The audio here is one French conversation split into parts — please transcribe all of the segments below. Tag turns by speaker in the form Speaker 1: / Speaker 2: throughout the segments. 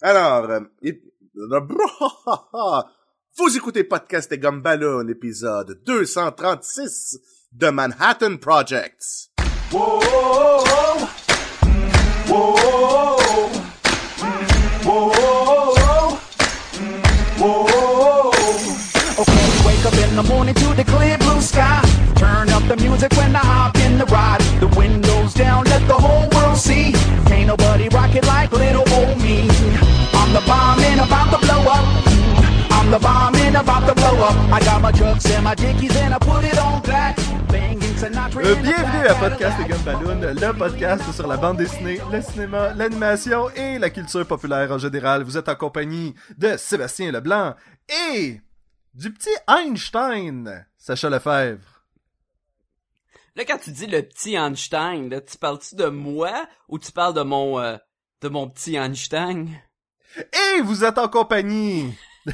Speaker 1: Alors, euh, et- vous écoutez Podcast et Gumballoon, épisode 236 de Manhattan Project.
Speaker 2: Okay, wake up in the morning to the clear blue sky. Turn up the music when I hop in the ride. The windows down, let the whole world see. Can't nobody rock it like little old me. I'm the bomb and about to blow up. I'm the bomb and about to blow up. I got my chucks and my dickies and I put it on black. Banging Sinatra.
Speaker 3: Euh,
Speaker 2: in a
Speaker 3: bienvenue à
Speaker 2: black
Speaker 3: Podcast
Speaker 2: Cadillac.
Speaker 3: et Gumballoon, le podcast sur la bande dessinée, le cinéma, l'animation et la culture populaire en général. Vous êtes en compagnie de Sébastien Leblanc et du petit Einstein, Sacha Lefebvre.
Speaker 4: Là, quand tu dis le petit Einstein, là, tu parles-tu de moi ou tu parles de mon euh, de mon petit Einstein?
Speaker 3: Et Eh, vous êtes en compagnie...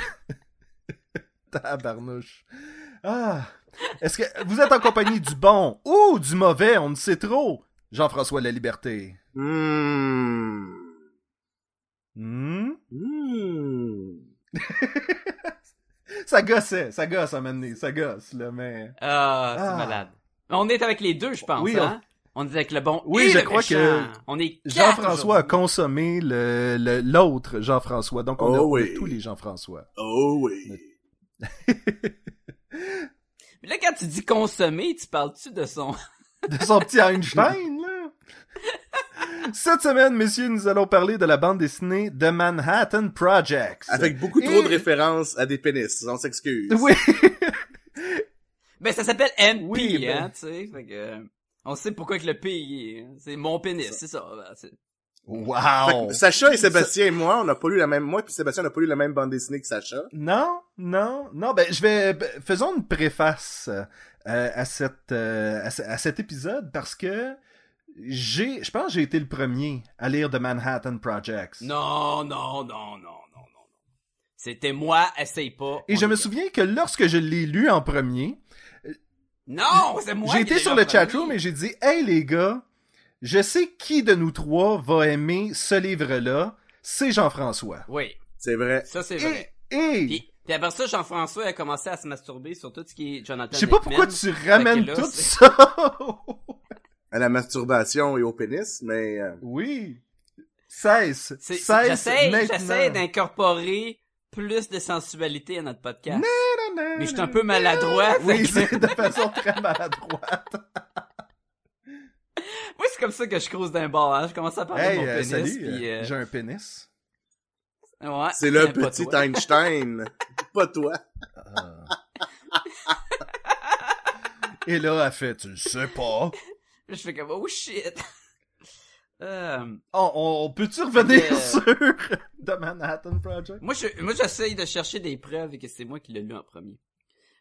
Speaker 3: Tabarnouche. Ah. Est-ce que vous êtes en compagnie du bon ou du mauvais, on ne sait trop, Jean-François La Liberté?
Speaker 1: Hmm.
Speaker 3: Hmm?
Speaker 1: Hmm.
Speaker 3: Ça gossait, ça gosse à un moment donné, ça gosse, là, mais...
Speaker 4: Ah, c'est
Speaker 3: Ah.
Speaker 4: malade. On est avec les deux, je pense,
Speaker 3: Oui, on-
Speaker 4: hein? On est avec le bon
Speaker 3: Oui,
Speaker 4: et
Speaker 3: je
Speaker 4: le
Speaker 3: crois
Speaker 4: méchant.
Speaker 3: que
Speaker 4: On est quatre
Speaker 3: Jean-François a
Speaker 4: aujourd'hui.
Speaker 3: consommé le- le- l'autre Jean-François. Donc, on a
Speaker 1: Oh
Speaker 3: on a
Speaker 1: oui.
Speaker 3: tous les Jean-François.
Speaker 1: Oh oui.
Speaker 4: Mais là, quand tu dis consommer, tu parles-tu de son...
Speaker 3: De son petit Einstein, là. Cette semaine, messieurs, nous allons parler de la bande dessinée The Manhattan Project.
Speaker 1: Avec beaucoup trop de références à des pénis, on s'excuse.
Speaker 3: Oui.
Speaker 4: Ben, ça s'appelle MP,
Speaker 3: Oui, ben-
Speaker 4: hein, tu sais. Fait que... euh, On sait pourquoi que le P, il est, hein. c'est mon pénis, c'est ça. ben, c'est-
Speaker 1: Fait
Speaker 3: Wow.
Speaker 1: que Sacha et Sébastien et moi, on n'a pas lu la même, moi et Sébastien, on n'a pas lu la même bande dessinée que Sacha.
Speaker 3: Non, non, non. Ben, je vais ben, faisons une préface euh, à cette euh, à, ce- à cet épisode parce que j'ai, je pense, que j'ai été le premier à lire The Manhattan Project.
Speaker 4: Non, non, non, non, non, non, non. C'était moi, essaye pas.
Speaker 3: Et
Speaker 4: on
Speaker 3: je
Speaker 4: est
Speaker 3: me
Speaker 4: quatre.
Speaker 3: souviens que lorsque je l'ai lu en premier,
Speaker 4: Non, c'est moi
Speaker 3: J'ai
Speaker 4: qui
Speaker 3: été
Speaker 4: l'ai
Speaker 3: sur le
Speaker 4: repris.
Speaker 3: chatroom et j'ai dit Hey les gars, je sais qui de nous trois va aimer ce livre-là, c'est Jean-François.
Speaker 4: Oui,
Speaker 1: C'est vrai.
Speaker 4: ça c'est vrai.
Speaker 3: Et, et
Speaker 4: Puis, puis après ça, Jean-François a commencé à se masturber sur tout ce qui est Jonathan.
Speaker 3: je sais pas
Speaker 4: Hickman.
Speaker 3: pourquoi tu ramènes
Speaker 4: là,
Speaker 3: tout
Speaker 4: c'est-
Speaker 3: ça.
Speaker 1: À la masturbation et au pénis, mais, euh,
Speaker 3: oui. Cesse.
Speaker 4: C'est-
Speaker 3: Cesse.
Speaker 4: c'est- J'essaie
Speaker 3: maintenant.
Speaker 4: j'essaie d'incorporer plus de sensualité à notre podcast.
Speaker 3: Nanana.
Speaker 4: Mais je suis un peu maladroit. fait
Speaker 3: Oui,
Speaker 4: que-
Speaker 3: c'est de façon très maladroite.
Speaker 4: Moi, c'est comme ça que je croise d'un bar. Hein. Je commence à parler
Speaker 3: Hey,
Speaker 4: de mon
Speaker 3: euh,
Speaker 4: pénis.
Speaker 3: salut,
Speaker 4: puis,
Speaker 3: euh,
Speaker 4: euh,
Speaker 3: j'ai un pénis.
Speaker 4: ouais,
Speaker 1: c'est le
Speaker 4: pas toi.
Speaker 1: petit Einstein. pas toi.
Speaker 3: Et là, elle fait, tu le sais pas.
Speaker 4: Je fais comme, oh shit. Euh,
Speaker 3: On, on- on peut-tu revenir
Speaker 4: Yeah.
Speaker 3: sur The Manhattan Project?
Speaker 4: moi, je, moi, j'essaye de chercher des preuves et que c'est moi qui l'ai lu en premier.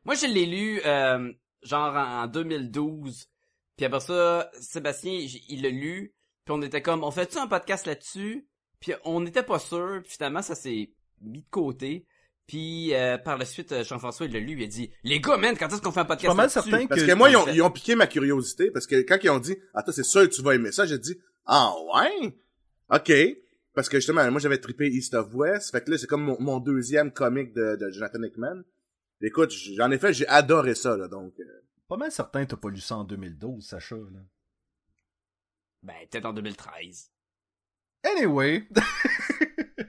Speaker 4: Moi, je l'ai lu, euh, genre en, en 2012. Puis après ça, Sébastien, j- il l'a lu. Puis on était comme, on fait-tu un podcast là-dessus? Puis on n'était pas sûr. Puis finalement, ça s'est mis de côté. Puis euh, par la suite, euh, Jean-François, il l'a lu. Il a dit, les gars, man, quand est-ce qu'on fait un podcast
Speaker 3: pas mal
Speaker 4: là-dessus?
Speaker 3: certain
Speaker 1: Parce
Speaker 3: que-
Speaker 1: que moi,
Speaker 4: en
Speaker 1: ils ont,
Speaker 4: fait-
Speaker 1: ils ont piqué ma curiosité, parce que quand ils ont dit, ah, toi, c'est sûr que tu vas aimer ça, j'ai dit, ah, ouais? OK. Parce que justement, moi, j'avais trippé East of West, fait que là, c'est comme mon, mon deuxième comique de, de Jonathan Hickman. Écoute, j'en ai fait, j'ai adoré ça, là, donc. euh,
Speaker 3: Pas mal certain que t'as pas lu ça en 2012, Sacha. Là.
Speaker 4: Ben, peut-être en 2013.
Speaker 3: Anyway,
Speaker 4: Tout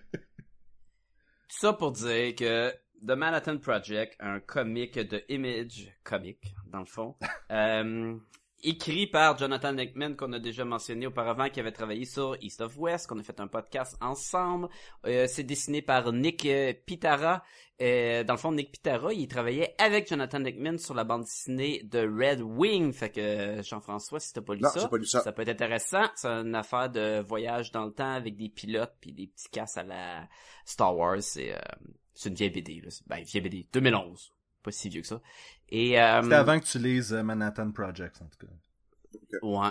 Speaker 4: ça pour dire que The Manhattan Project, un comic de Image Comic, dans le fond, euh, écrit par Jonathan Hickman, qu'on a déjà mentionné auparavant, qui avait travaillé sur East of West, qu'on a fait un podcast ensemble. Euh, c'est dessiné par Nick euh, Pitara. Euh, dans le fond, Nick Pitara, il travaillait avec Jonathan Hickman sur la bande dessinée de Red Wing. Fait que, euh, Jean-François, si t'as pas lu
Speaker 1: non,
Speaker 4: ça...
Speaker 1: j'ai pas lu ça.
Speaker 4: Ça peut être intéressant. C'est une affaire de voyage dans le temps avec des pilotes puis des petits casses à la Star Wars. C'est euh, c'est une vieille BD. Là. C'est- Ben, vieille BD. 2011. Pas si vieux que ça. Et, euh,
Speaker 3: c'était avant que tu lises euh, Manhattan Project, en tout cas.
Speaker 4: Ouais.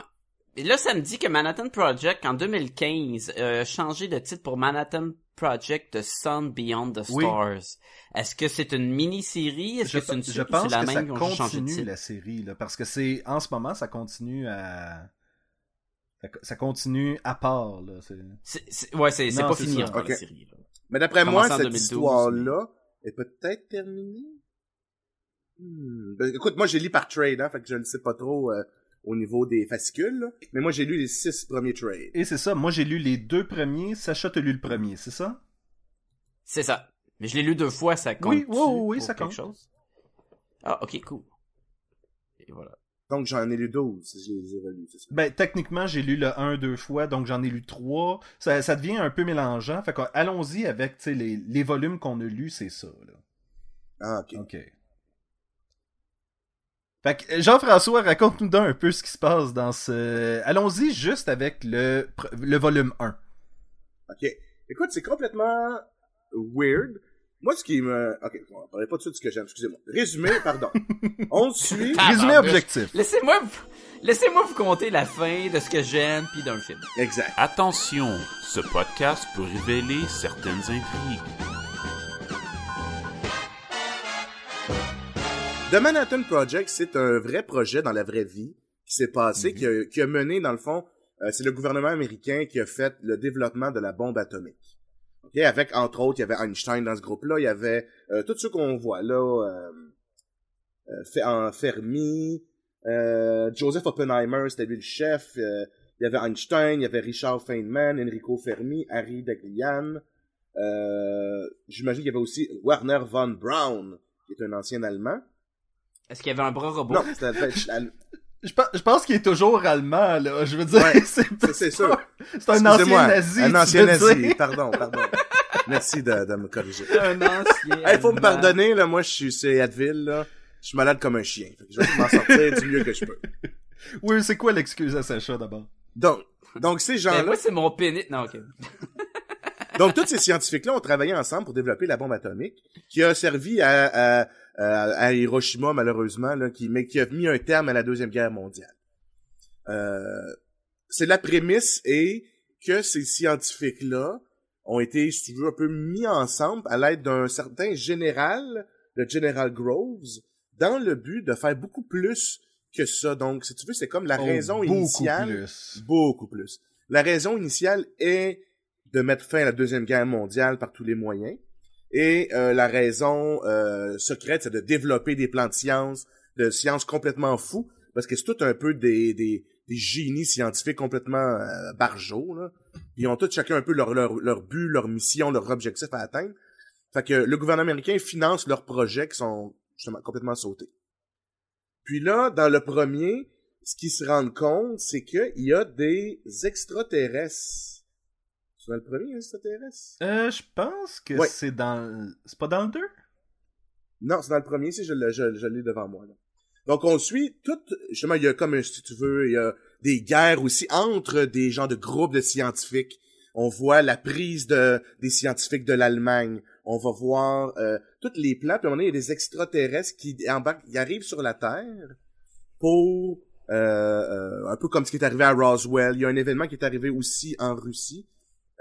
Speaker 4: Et là, ça me dit que Manhattan Project, en 2015, euh, a changé de titre pour Manhattan Project The Sun Beyond the
Speaker 3: Oui.
Speaker 4: Stars. Est-ce que c'est une mini-série? Est-ce
Speaker 3: Je,
Speaker 4: que c'est une
Speaker 3: je
Speaker 4: série? ou
Speaker 3: pense
Speaker 4: c'est la
Speaker 3: que ça
Speaker 4: même qui ont juste changé de
Speaker 3: continue
Speaker 4: titre?
Speaker 3: la série, là, parce que c'est en ce moment, ça continue à... Ça, ça continue à part, là. c'est-
Speaker 4: C'est- c'est- Ouais, c'est c'est
Speaker 3: Non,
Speaker 4: pas
Speaker 3: c'est
Speaker 4: fini
Speaker 3: ça.
Speaker 4: encore
Speaker 1: Ok.
Speaker 4: la série. là.
Speaker 1: Mais d'après moi,
Speaker 4: Commencé en
Speaker 1: cette
Speaker 4: 2012,
Speaker 1: histoire-là est peut-être terminée. Hmm. Ben, écoute, moi, j'ai lu par trade, hein, fait que je ne sais pas trop euh, au niveau des fascicules, là. mais moi, j'ai lu les six premiers trades.
Speaker 3: Et c'est ça, moi j'ai lu les deux premiers, Sacha t'a lu le premier, c'est ça?
Speaker 4: C'est ça. Mais je l'ai lu deux fois, ça compte.
Speaker 3: oui, oui, oui, ça compte.
Speaker 4: Chose? Ah, ok, cool. Et voilà.
Speaker 1: Donc, j'en ai lu 12, je les ai relus, c'est ça.
Speaker 3: Ben, techniquement, j'ai lu le 1 deux fois, donc j'en ai lu trois. Ça, ça devient un peu mélangeant. Fait que, allons-y avec tu sais, les, les volumes qu'on a lus, c'est ça. Là.
Speaker 1: Ah, ok.
Speaker 3: OK. Fait que, euh, Jean-François, raconte-nous donc un peu ce qui se passe dans ce. Allons-y juste avec le, pr- le volume 1.
Speaker 1: Ok. Écoute, c'est complètement weird. Moi, ce qui me... Ok, on va parler pas tout de suite de ce que j'aime, excusez-moi. Résumé, pardon. on suit...
Speaker 4: Ah,
Speaker 3: Résumé
Speaker 4: ben,
Speaker 3: objectif.
Speaker 4: Laissez-moi vous... Laissez-moi vous compter la fin de ce que j'aime puis d'un film.
Speaker 1: Exact.
Speaker 5: Attention, ce podcast peut révéler certaines intrigues.
Speaker 1: The Manhattan Project, c'est un vrai projet dans la vraie vie qui s'est passé, qui, a, qui a mené, dans le fond, euh, c'est le gouvernement américain qui a fait le développement de la bombe atomique. Ok, Avec, entre autres, il y avait Einstein dans ce groupe-là, il y avait euh, tout ce qu'on voit là, euh, euh, Fe- en Fermi, euh, Joseph Oppenheimer, c'était lui le chef, euh, il y avait Einstein, il y avait Richard Feynman, Enrico Fermi, Harry Daglian, euh, j'imagine qu'il y avait aussi Werner von Braun, qui est un ancien Allemand.
Speaker 4: Est-ce qu'il y avait un bras robot?
Speaker 1: Non, ça devait être la-
Speaker 3: Je, pe- je pense qu'il est toujours allemand, là. Je veux dire,
Speaker 1: Ouais,
Speaker 3: c'est,
Speaker 1: ça, c'est sûr.
Speaker 3: c'est un
Speaker 1: Excusez-moi,
Speaker 3: ancien nazi.
Speaker 1: Un
Speaker 3: tu
Speaker 1: ancien
Speaker 3: veux
Speaker 1: nazi,
Speaker 3: dire.
Speaker 1: pardon, pardon. Merci de, de me corriger.
Speaker 4: Un ancien.
Speaker 1: Il faut me
Speaker 4: Allemand.
Speaker 1: pardonner, là, moi je suis c'est Advil, là. Je suis malade comme un chien. Fait que je vais m'en sortir du mieux que je peux.
Speaker 3: Oui, c'est quoi l'excuse à Sacha d'abord?
Speaker 1: Donc, donc ces
Speaker 4: Ben,
Speaker 1: gens-là,
Speaker 4: moi, c'est mon pénis. Non, ok.
Speaker 1: donc tous ces scientifiques-là ont travaillé ensemble pour développer la bombe atomique qui a servi à, à, à, à Hiroshima, malheureusement, là, qui, mais qui a mis un terme à la Deuxième Guerre mondiale. Euh, c'est la prémisse est que ces scientifiques-là ont été, si tu veux, un peu mis ensemble à l'aide d'un certain général, le général Groves, dans le but de faire beaucoup plus que ça. Donc, si tu veux, c'est comme la
Speaker 3: Oh,
Speaker 1: raison
Speaker 3: beaucoup
Speaker 1: initiale.
Speaker 3: plus.
Speaker 1: Beaucoup plus. La raison initiale est de mettre fin à la Deuxième Guerre mondiale par tous les moyens. Et euh, la raison euh, secrète, c'est de développer des plans de science, de sciences complètement fous, parce que c'est tout un peu des, des, des génies scientifiques complètement euh, barjots. Là. Ils ont tous chacun un peu leur, leur, leur but, leur mission, leur objectif à atteindre. Fait que le gouvernement américain finance leurs projets qui sont justement complètement sautés. Puis là, dans le premier, ce qu'ils se rendent compte, c'est qu'il y a des extraterrestres. C'est dans le premier, les extraterrestres?
Speaker 3: Euh, je pense que
Speaker 1: Ouais.
Speaker 3: c'est dans. le- C'est pas dans le 2?
Speaker 1: Non, c'est dans le premier, si je l'ai je, je l'ai devant moi. là. Donc, on suit tout... Justement, il y a comme, un- si tu veux, il y a des guerres aussi entre des gens de groupes de scientifiques. On voit la prise de des scientifiques de l'Allemagne. On va voir euh, toutes les plans. Puis, à un moment donné, il y a des extraterrestres qui embarquent, ils arrivent sur la Terre pour... euh, euh, un peu comme ce qui est arrivé à Roswell. Il y a un événement qui est arrivé aussi en Russie.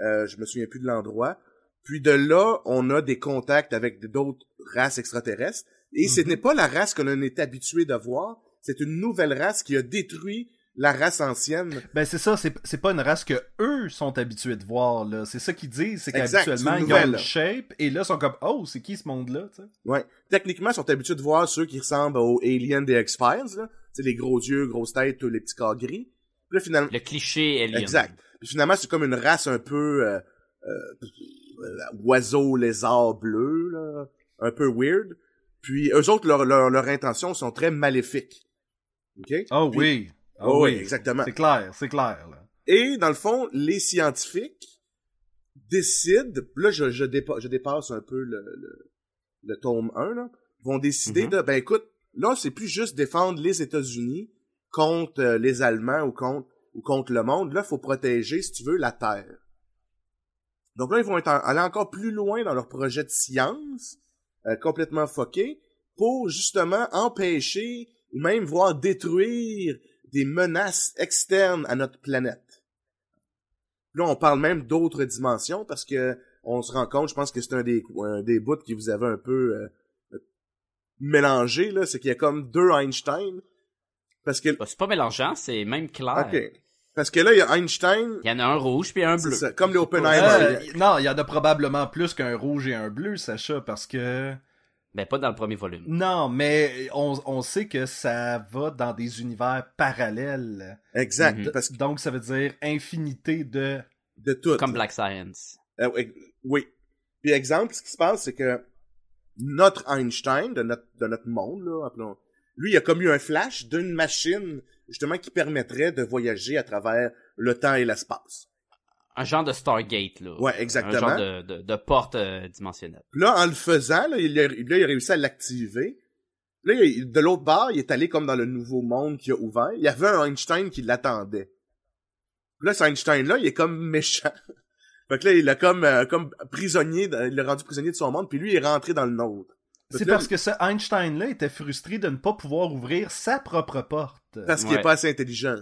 Speaker 1: Euh, je me souviens plus de l'endroit. Puis de là, on a des contacts avec d'autres races extraterrestres. Et ce n'est pas la race que l'on est habitué de voir. C'est une nouvelle race qui a détruit la race ancienne.
Speaker 3: Ben c'est ça, c'est c'est pas une race que eux sont habitués de voir là. C'est ça qu'ils disent, c'est
Speaker 1: Exact,
Speaker 3: qu'habituellement
Speaker 1: c'est une
Speaker 3: ils ont
Speaker 1: nouvelle,
Speaker 3: une
Speaker 1: là.
Speaker 3: shape et là ils sont comme oh c'est qui ce monde là, tu sais.
Speaker 1: Ouais. Techniquement, ils sont habitués de voir ceux qui ressemblent aux aliens des X-Files. là. C'est les gros yeux, grosses têtes, tous les petits corps gris. Puis là, finalement,
Speaker 4: Le cliché alien.
Speaker 1: Exact. Puis finalement, c'est comme une race un peu euh, euh, euh, oiseau, lézard bleu, là, un peu weird. Puis eux autres, leur, leur, leur intention sont très maléfiques. OK?
Speaker 3: Oh
Speaker 1: Puis-
Speaker 3: oui, oh,
Speaker 1: Oh,
Speaker 3: oui,
Speaker 1: oui, exactement.
Speaker 3: C'est clair, c'est clair là.
Speaker 1: Et dans le fond, les scientifiques décident, là je, je, dépa- je dépasse un peu le, le, le tome 1, là, vont décider
Speaker 4: Mhm.
Speaker 1: de, ben écoute, là c'est plus juste défendre les États-Unis contre euh, les Allemands ou contre, ou contre le monde, là faut protéger, si tu veux, la Terre. Donc là, ils vont être en- aller encore plus loin dans leur projet de science, euh, complètement foqué, pour justement empêcher ou même voire détruire des menaces externes à notre planète. Puis Là, on parle même d'autres dimensions parce que on se rend compte, je pense que c'est un des, un des bouts qui vous avait un peu euh, euh, mélangé, là, c'est qu'il y a comme deux Einstein. Parce que.
Speaker 4: Bah, c'est pas mélangeant, c'est même clair.
Speaker 1: Ok. Parce que là, il y a Einstein,
Speaker 4: Il y en a un rouge puis un
Speaker 1: c'est
Speaker 4: bleu.
Speaker 1: ça, comme les
Speaker 3: Euh,
Speaker 1: Oppenheimer.
Speaker 3: non, il y en a probablement plus qu'un rouge et un bleu, Sacha, parce que...
Speaker 4: Mais Ben, pas dans le premier volume.
Speaker 3: Non, mais on, on sait que ça va dans des univers parallèles.
Speaker 1: Exact,
Speaker 4: Mhm.
Speaker 1: parce que
Speaker 3: Donc, ça veut dire infinité de...
Speaker 1: de tout.
Speaker 4: Comme Black Science.
Speaker 1: Euh, oui, oui. Puis exemple, ce qui se passe, c'est que notre Einstein de notre, de notre monde, là, appelons, lui, il a comme eu un flash d'une machine, justement, qui permettrait de voyager à travers le temps et l'espace.
Speaker 4: Un genre de Stargate, là.
Speaker 1: Ouais, exactement.
Speaker 4: Un genre de, de, de porte euh, dimensionnelle.
Speaker 1: Puis là, en le faisant, là, il, a, là, il a réussi à l'activer. Là, il- de l'autre bord, il est allé comme dans le nouveau monde qui a ouvert. Il y avait un Einstein qui l'attendait. Puis Là, cet Einstein-là, il est comme méchant. fait que là, il l'a comme, euh, comme prisonnier, de- il l'a rendu prisonnier de son monde, puis lui, il est rentré dans le nôtre. Fait
Speaker 3: C'est
Speaker 1: que là,
Speaker 3: parce que ce Einstein-là était frustré de ne pas pouvoir ouvrir sa propre porte.
Speaker 1: Parce qu'il est
Speaker 4: Ouais.
Speaker 1: pas assez intelligent.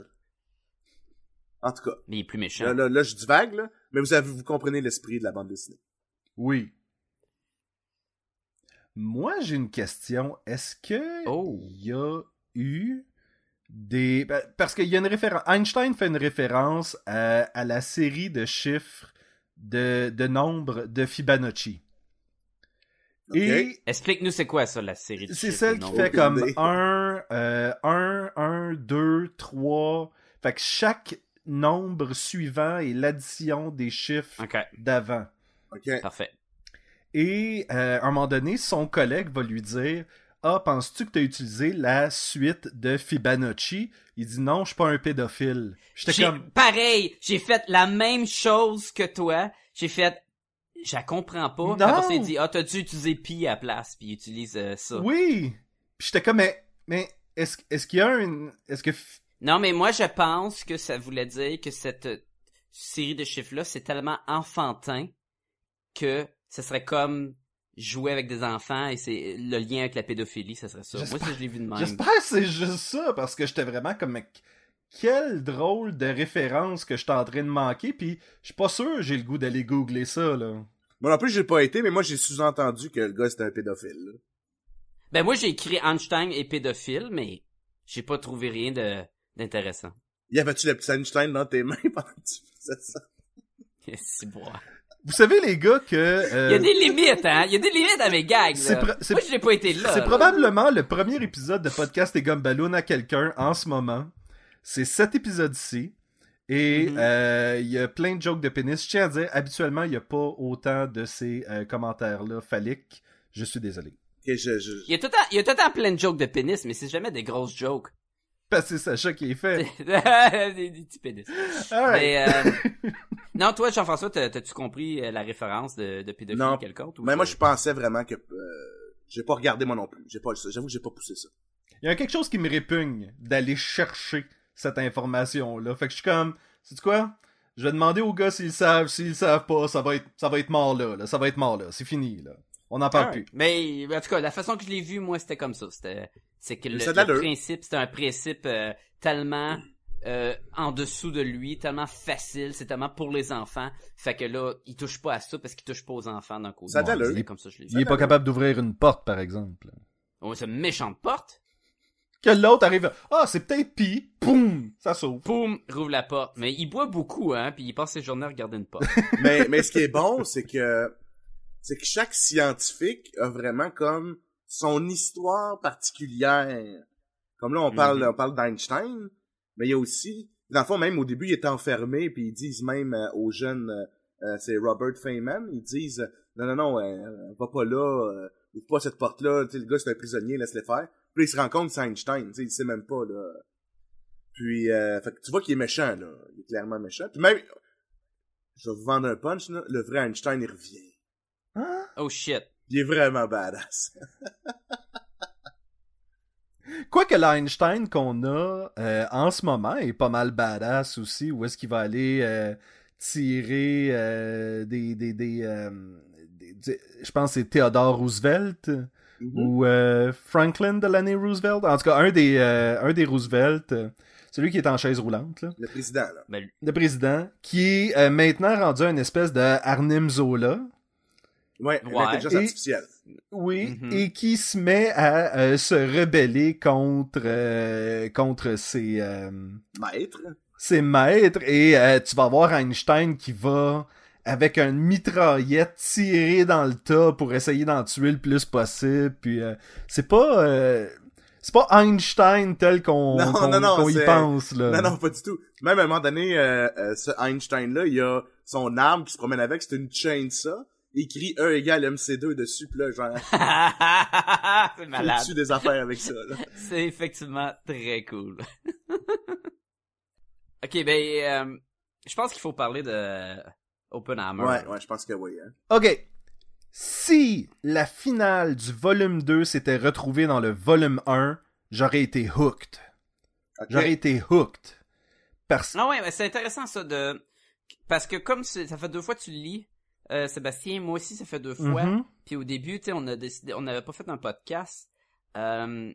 Speaker 1: En tout cas,
Speaker 4: Mais il est plus méchant.
Speaker 1: là, là, là, je divague, là, mais vous, avez, vous comprenez l'esprit de la bande dessinée.
Speaker 3: Oui. Moi, j'ai une question. Est-ce que
Speaker 4: Oh.
Speaker 3: il y a eu des ben, parce qu'il y a une référence. Einstein fait une référence à, à la série de chiffres de, de nombres de Fibonacci.
Speaker 1: Ok.
Speaker 3: Et
Speaker 4: Explique-nous c'est quoi ça, la série de
Speaker 3: c'est
Speaker 4: chiffres,
Speaker 3: celle
Speaker 4: non?
Speaker 3: qui fait
Speaker 1: Aucune
Speaker 3: comme euh,
Speaker 1: idée.
Speaker 3: 1, 1, 1, 2, 3. Fait que chaque nombre suivant est l'addition des chiffres
Speaker 4: Ok,
Speaker 3: d'avant.
Speaker 1: OK?
Speaker 4: parfait.
Speaker 3: Et euh, à un moment donné, son collègue va lui dire Ah, penses-tu que tu as utilisé la suite de Fibonacci Il dit Non, je suis pas un pédophile. J'étais
Speaker 4: J'ai-
Speaker 3: comme
Speaker 4: Pareil, j'ai fait la même chose que toi. J'ai fait... Je la comprends pas.
Speaker 3: Non.
Speaker 4: Après ça, il dit, ah, t'as dû utiliser pi à la place, puis il utilise euh, ça.
Speaker 3: Oui Puis j'étais comme Mais, mais est-ce est qu'il y a une. Est-ce que. F-
Speaker 4: Non, mais moi, je pense que ça voulait dire que cette euh, série de chiffres-là, c'est tellement enfantin que ce serait comme jouer avec des enfants et c'est le lien avec la pédophilie, ça serait ça. Moi,
Speaker 3: J'espère-
Speaker 4: ça, je l'ai vu de même.
Speaker 3: J'espère que c'est juste ça, parce que j'étais vraiment comme Mais quelle drôle de référence que j'étais en train de manquer, puis je suis pas sûr que j'ai le goût d'aller googler ça, là.
Speaker 1: Bon, en plus, j'ai pas été, mais moi, j'ai sous-entendu que le gars, c'était un pédophile. là.
Speaker 4: Ben, moi, j'ai écrit Einstein et pédophile, mais j'ai pas trouvé rien de d'intéressant.
Speaker 1: Y avait-tu le petit Einstein dans tes mains pendant que tu faisais ça?
Speaker 4: C'est bon.
Speaker 3: Vous savez, les gars, que. euh,
Speaker 4: Il y a des limites, hein? Il y a des limites à mes gags,
Speaker 3: C'est
Speaker 4: là.
Speaker 3: pro- c'est-
Speaker 4: Moi, j'ai pas été là.
Speaker 3: C'est
Speaker 4: là.
Speaker 3: probablement le premier épisode de podcast et Gumballoon à quelqu'un en ce moment. C'est cet épisode-ci. Et
Speaker 4: Mhm.
Speaker 3: euh, il y a plein de jokes de pénis. Je tiens à dire, habituellement, il n'y a pas autant de ces euh, commentaires-là phalliques. Je suis désolé.
Speaker 1: Ok, je, je...
Speaker 4: Il y a tout le temps, il y a tout le temps plein de jokes de pénis, mais c'est jamais des grosses jokes.
Speaker 3: Parce que c'est Sacha qui est fait.
Speaker 4: des, des petits pénis.
Speaker 3: Alright.
Speaker 4: Mais, euh, non, toi, Jean-François, t'as- t'as-tu compris euh, la référence de, de pédophile
Speaker 1: Non.
Speaker 4: quelconque? ou
Speaker 1: Mais moi,
Speaker 4: t'as-
Speaker 1: je pensais vraiment que... euh, j'ai pas regardé moi non plus. J'ai pas, j'avoue que j'ai pas poussé ça.
Speaker 3: Il y a quelque chose qui me répugne d'aller chercher cette information-là. Fait que je suis comme, sais quoi? Je vais demander aux gars s'ils savent. S'ils savent pas, ça va être, ça va être mort là. là. Ça va être mort là. C'est fini là. On n'en parle
Speaker 4: Ah,
Speaker 3: plus.
Speaker 4: Mais, en tout cas, la façon que je l'ai vu, moi, c'était comme ça. C'était, c'est que le,
Speaker 1: Ça a de l'allure.
Speaker 4: le principe, c'était un principe euh, tellement euh, en dessous de lui, tellement facile, c'est tellement pour les enfants. Fait que là, il touche pas à ça parce qu'il touche pas aux enfants d'un côté.
Speaker 1: Ça a de
Speaker 4: Ouais,
Speaker 1: l'allure.
Speaker 4: c'est comme ça, que je l'ai
Speaker 3: Il
Speaker 4: vu.
Speaker 3: est pas capable d'ouvrir une porte, par exemple.
Speaker 4: Oh, c'est une méchante porte.
Speaker 3: Que l'autre arrive, ah, c'est peut-être pis, boum, ça s'ouvre.
Speaker 4: Poum, rouvre la porte. Mais il boit beaucoup, hein, puis il passe ses journées à regarder une porte.
Speaker 1: mais, mais ce qui est bon, c'est que... C'est que chaque scientifique a vraiment comme son histoire particulière. Comme là, on parle,
Speaker 4: Mhm.
Speaker 1: on parle d'Einstein, mais il y a aussi... Dans le fond, même au début, il est enfermé, puis ils disent même euh, aux jeunes... euh, euh, c'est Robert Feynman, ils disent... euh, non, non, non, euh, va pas là, euh, ouvre pas cette porte-là, tu sais, le gars, c'est un prisonnier, laisse-le faire. Puis là, il se rend compte que c'est Einstein, tu sais, il sait même pas, là. Puis, euh, fait que tu vois qu'il est méchant, là. Il est clairement méchant. Puis même, je vais vous vendre un punch, là. Le vrai Einstein, il revient.
Speaker 4: oh shit.
Speaker 1: Il est vraiment badass.
Speaker 3: Quoique l'Einstein qu'on a euh, en ce moment est pas mal badass aussi, où est-ce qu'il va aller euh, tirer euh, des... des, des, euh, des- des- je pense que c'est Theodore Roosevelt ou euh, Franklin de l'année Roosevelt. En tout cas, un des, euh, un des Roosevelt, euh, celui qui est en chaise roulante, là,
Speaker 1: Le président, là.
Speaker 3: le président, qui est euh, maintenant rendu une espèce de Arnim Zola.
Speaker 1: Ouais,
Speaker 4: Ouais.
Speaker 1: l'intelligence
Speaker 3: Et-
Speaker 1: artificielle.
Speaker 3: Oui,
Speaker 1: Mm-hmm.
Speaker 4: Mhm.
Speaker 3: et qui se met à euh, se rebeller contre euh, contre ses euh,
Speaker 1: Maître.
Speaker 3: c'est maître et euh, tu vas voir Einstein qui va avec une mitraillette tirer dans le tas pour essayer d'en tuer le plus possible puis euh, c'est pas euh, c'est pas Einstein tel qu'on
Speaker 1: Non,
Speaker 3: qu'on-
Speaker 1: non, non,
Speaker 3: qu'on y
Speaker 1: c'est-
Speaker 3: pense là.
Speaker 1: Non, non, pas du tout. Même à un moment donné, euh, euh, ce Einstein-là, il a son arme qui se promène avec, c'est une chaîne ça. Écrit E égale MC2 dessus, pis là, genre,
Speaker 4: c'est malade.
Speaker 1: au-dessus des affaires avec ça, là.
Speaker 4: C'est effectivement très cool. ok, ben, euh, je pense qu'il faut parler de Openhammer.
Speaker 1: Ouais, ouais, je pense que oui, hein.
Speaker 3: OK. Si la finale du volume 2 s'était retrouvée dans le volume 1, j'aurais été hooked.
Speaker 1: Ok.
Speaker 3: J'aurais été hooked. Parce
Speaker 4: Non, Ah ouais, mais c'est intéressant ça de. Parce que comme c'est- ça fait deux fois que tu le lis, euh, Sébastien, moi aussi ça fait deux fois.
Speaker 3: Mhm.
Speaker 4: Puis au début, tu sais, on a décidé, on n'avait pas fait un podcast. Euh,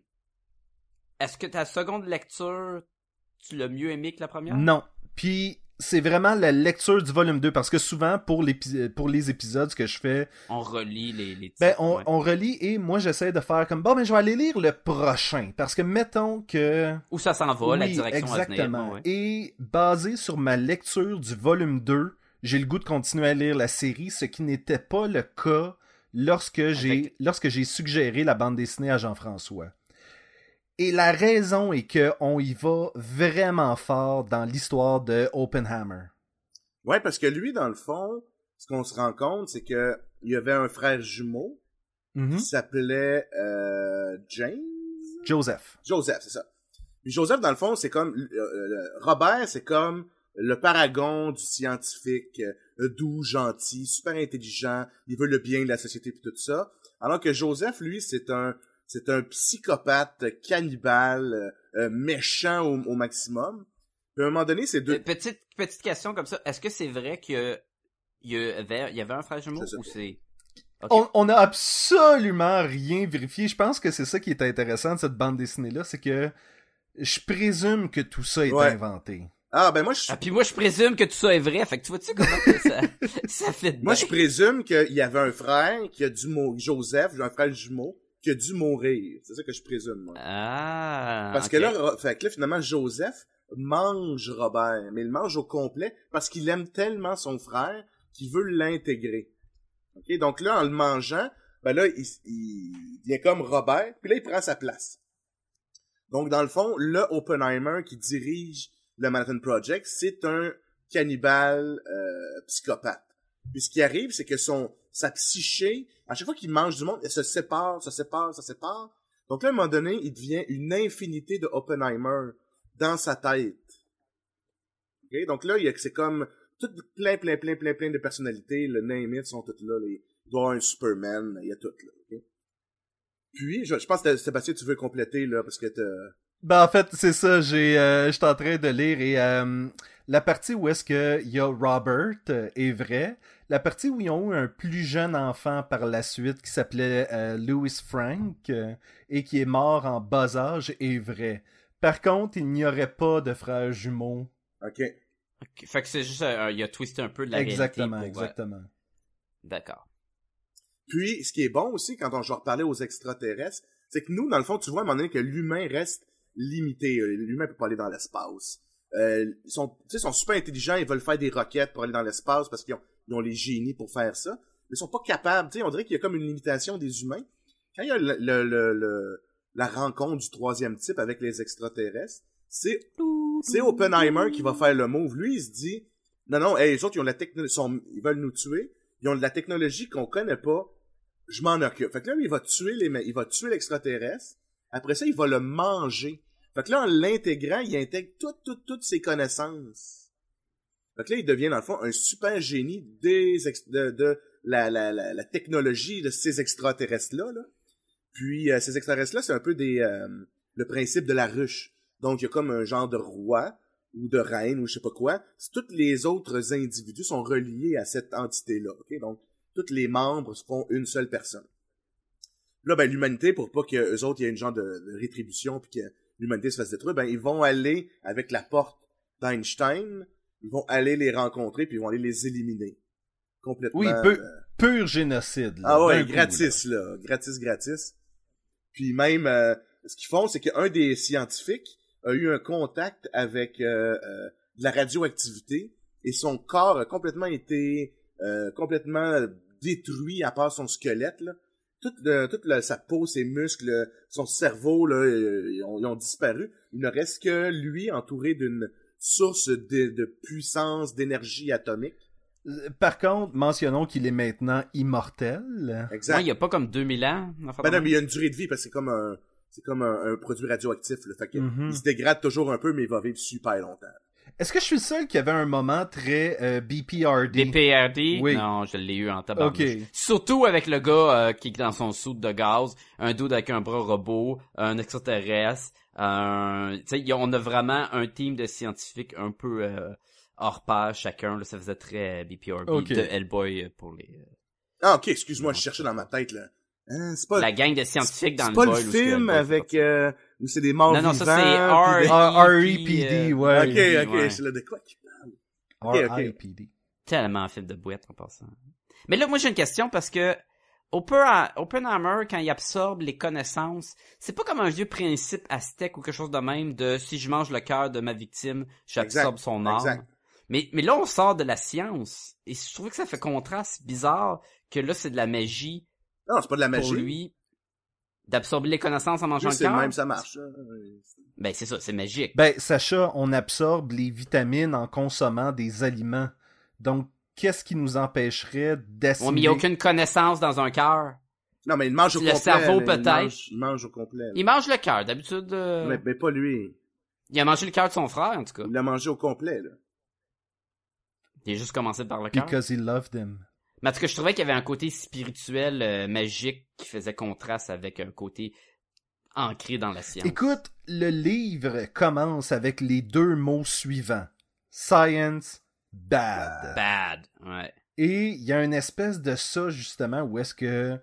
Speaker 4: Est-ce que ta seconde lecture, tu l'as mieux aimé que la première?
Speaker 3: Non. Puis c'est vraiment la lecture du volume 2 parce que souvent pour, l'épi- pour les épisodes ce que je fais,
Speaker 4: On relit les, les
Speaker 3: ben
Speaker 4: titres,
Speaker 3: on,
Speaker 4: ouais.
Speaker 3: on relit et moi j'essaie de faire comme bon mais je vais aller lire le prochain parce que mettons que
Speaker 4: Où ça s'en va, la
Speaker 3: Oui,
Speaker 4: direction à venir.
Speaker 3: exactement.
Speaker 4: ouais.
Speaker 3: Et basé sur ma lecture du volume 2, j'ai le goût de continuer à lire la série, ce qui n'était pas le cas lorsque j'ai lorsque j'ai suggéré la bande dessinée à Jean-François. Et la raison est que on y va vraiment fort dans l'histoire de Oppenheimer.
Speaker 1: Ouais, parce que lui, dans le fond, ce qu'on se rend compte, c'est que il y avait un frère jumeau qui s'appelait euh, James.
Speaker 3: Joseph.
Speaker 1: Joseph, c'est ça. Puis Joseph, dans le fond, c'est comme... euh, euh, Robert, c'est comme le paragon du scientifique, euh, doux, gentil, super intelligent, il veut le bien de la société et tout ça. Alors que Joseph, lui, c'est un c'est un psychopathe, euh, cannibale, euh, euh, méchant au, au maximum. Puis à un moment donné, c'est
Speaker 4: Euh,
Speaker 1: deux...
Speaker 4: Petite, petite question comme ça. Est-ce que c'est vrai qu'il y avait, il y avait un frère jumeau
Speaker 1: Je sais
Speaker 4: ou
Speaker 1: pas.
Speaker 4: c'est... Ok.
Speaker 3: On- On n'a absolument rien vérifié. Je pense que c'est ça qui est intéressant de cette bande dessinée-là, c'est que je présume que tout ça est
Speaker 1: Ouais.
Speaker 3: inventé.
Speaker 1: Ah, ben moi, je,
Speaker 4: Ah, puis moi, je présume que tout ça est vrai. Fait que tu vois-tu comment que ça, ça fait de
Speaker 1: moi,
Speaker 4: bien?
Speaker 1: je présume qu'il y avait un frère qui a dû mourir... Joseph, un frère jumeau, qui a dû mourir. C'est ça que je présume, moi.
Speaker 4: Ah,
Speaker 1: Parce
Speaker 4: ok.
Speaker 1: que là, Ro- fait que là, finalement, Joseph mange Robert, mais il le mange au complet parce qu'il aime tellement son frère qu'il veut l'intégrer. Ok, Donc là, en le mangeant, ben là, il, il devient comme Robert, puis là, il prend sa place. Donc, dans le fond, le Oppenheimer qui dirige le Manhattan Project, c'est un cannibale euh, psychopathe. Puis ce qui arrive, c'est que son sa psyché, à chaque fois qu'il mange du monde, elle se sépare, se sépare, se sépare. Donc là, à un moment donné, il devient une infinité de Oppenheimer dans sa tête. Ok, Donc là, il y a- c'est comme tout plein, plein, plein, plein, plein de personnalités. Le name it sont toutes là. là. Il doit y avoir un Superman. Il y a tout là. ok? Puis, je, je pense que Sébastien, tu veux compléter là, parce que t'as...
Speaker 3: Ben en fait, c'est ça, j'ai euh, j'étais en train de lire et euh, la partie où est-ce que il y a Robert euh, est vrai, la partie où ils ont eu un plus jeune enfant par la suite qui s'appelait euh, Louis Frank euh, et qui est mort en bas âge est vrai. Par contre, il n'y aurait pas de frère jumeau.
Speaker 1: Ok.
Speaker 4: Ok, Fait que c'est juste, euh, il a twisté un peu de la
Speaker 3: exactement,
Speaker 4: réalité. pour, euh,
Speaker 3: exactement.
Speaker 4: D'accord.
Speaker 1: Puis, ce qui est bon aussi, quand on, je vais reparler aux extraterrestres, c'est que nous, dans le fond, tu vois, à un moment donné, que l'humain reste limité. Euh, L'humain peut pas aller dans l'espace. Euh, ils sont, tu sais, ils sont super intelligents, ils veulent faire des roquettes pour aller dans l'espace parce qu'ils ont, ils ont les génies pour faire ça. Mais ils sont pas capables, tu sais, on dirait qu'il y a comme une limitation des humains. Quand il y a le, le- le- le- la rencontre du troisième type avec les extraterrestres, c'est, c'est Oppenheimer qui va faire le move. Lui, il se dit, non, non, hey, les autres, ils ont de la technologie, ils veulent nous tuer, ils ont de la technologie qu'on connaît pas, je m'en occupe. Fait que là, il va tuer les, ma- il va tuer l'extraterrestre. Après ça, il va le manger. Fait que là, en l'intégrant, il intègre toutes, toutes, toutes ses connaissances. Fait que là, il devient, dans le fond, un super génie des ex- de, de la, la, la, la technologie de ces extraterrestres-là. là. Puis, euh, ces extraterrestres-là, c'est un peu des, euh, le principe de la ruche. Donc, il y a comme un genre de roi ou de reine ou je sais pas quoi. C'est- Tous les autres individus sont reliés à cette entité-là. ok? Donc, tous les membres font une seule personne. Là, ben, l'humanité, pour pas que eux autres, il y ait une genre de, de rétribution puis que l'humanité se fasse détruire, ben, ils vont aller avec la porte d'Einstein, ils vont aller les rencontrer puis ils vont aller les éliminer. Complètement.
Speaker 3: Oui, peu- pur génocide.
Speaker 1: Ben,
Speaker 3: là,
Speaker 1: Ah ouais,
Speaker 3: d'un coup,
Speaker 1: gratis, là. Gratis, gratis. Puis même, euh, ce qu'ils font, c'est qu'un des scientifiques a eu un contact avec euh, euh, de la radioactivité et son corps a complètement été euh, complètement détruit à part son squelette. Là. Toute, le- toute la- sa peau, ses muscles, son cerveau, là, euh, ils, ont, ils ont disparu. Il ne reste que lui entouré d'une source de, de puissance, d'énergie atomique.
Speaker 3: Euh, Par contre, mentionnons qu'il est maintenant immortel.
Speaker 1: Exact.
Speaker 4: Ouais, il y a pas comme 2000 ans. une affaire
Speaker 1: Ben
Speaker 4: de
Speaker 1: non, mais
Speaker 4: même.
Speaker 1: il y a une durée de vie parce que c'est comme un, c'est comme un, un produit radioactif. Là. Fait que
Speaker 3: Mhm.
Speaker 1: Il se dégrade toujours un peu, mais il va vivre super longtemps.
Speaker 3: Est-ce que je suis le seul qui avait un moment très euh, BPRD?
Speaker 4: Des PRD?
Speaker 3: Oui.
Speaker 4: Non, je l'ai eu en tabarnouche.
Speaker 3: Ok.
Speaker 4: Surtout avec le gars euh, qui est dans son soude de gaz, un dude avec un bras robot, un extraterrestre, un... Tu sais, y a- on a vraiment un team de scientifiques un peu euh, hors pair chacun. Là, ça faisait très BPRD
Speaker 3: Ok.
Speaker 4: de Hellboy euh, pour les...
Speaker 1: Ah, ok, excuse-moi, je cherchais dans ma tête, là. Hein, c'est pas,
Speaker 4: La gang de scientifiques dans
Speaker 1: c'est
Speaker 4: le
Speaker 1: pas le
Speaker 4: boy, où ce que
Speaker 1: film
Speaker 4: Hellboy fait
Speaker 1: avec,
Speaker 4: partie.
Speaker 1: euh, où c'est des morts
Speaker 4: Non, non, ça, c'est E
Speaker 1: vivants, puis des-
Speaker 3: Ah, R.E.P.D.,
Speaker 4: R.E.P.D.,
Speaker 1: Ah,
Speaker 3: ouais.
Speaker 1: Ok, ok,
Speaker 4: ouais.
Speaker 1: c'est le de quoi qui parle? ok.
Speaker 3: R.I.P.D.
Speaker 4: Tellement un film de boîte en passant. Mais là, moi j'ai une question parce que Open Oppenheimer, quand il absorbe les connaissances, c'est pas comme un vieux principe aztèque ou quelque chose de même de si je mange le cœur de ma victime, j'absorbe
Speaker 1: Exact,
Speaker 4: son âme.
Speaker 1: exact.
Speaker 4: Mais, mais là, on sort de la science. Et je trouvais que ça fait contraste bizarre que là, c'est de la magie
Speaker 1: Non, c'est pas de la magie.
Speaker 4: pour lui d'absorber les connaissances en
Speaker 1: Lui,
Speaker 4: mangeant
Speaker 1: c'est
Speaker 4: le
Speaker 1: le
Speaker 4: cœur.
Speaker 1: même, ça marche. hein.
Speaker 4: Ben, c'est ça, c'est magique.
Speaker 3: Ben, Sacha, on absorbe les vitamines en consommant des aliments. Donc, qu'est-ce qui nous
Speaker 1: Ben,
Speaker 3: empêcherait
Speaker 4: Ouais, mais il
Speaker 3: d'assimiler...
Speaker 4: n'y a aucune connaissance dans un cœur.
Speaker 1: Non, mais il mange au
Speaker 4: Le
Speaker 1: complet.
Speaker 4: cerveau,
Speaker 1: là, il
Speaker 4: peut-être.
Speaker 1: mange- Il mange au complet. là.
Speaker 4: Il mange le cœur, d'habitude. euh,
Speaker 1: Mais, mais pas lui.
Speaker 4: Il a mangé le cœur de son frère, en tout cas.
Speaker 1: Il l'a mangé au complet, là.
Speaker 4: Il a juste commencé par le cœur.
Speaker 3: Because he loved them.
Speaker 4: Mais en tout cas, je trouvais qu'il y avait un côté spirituel, euh, magique, qui faisait contraste avec un côté ancré dans la science.
Speaker 3: Écoute, le livre commence avec les deux mots suivants. Science, bad.
Speaker 4: Bad. Ouais.
Speaker 3: Et il y a une espèce de ça, justement, où est-ce que...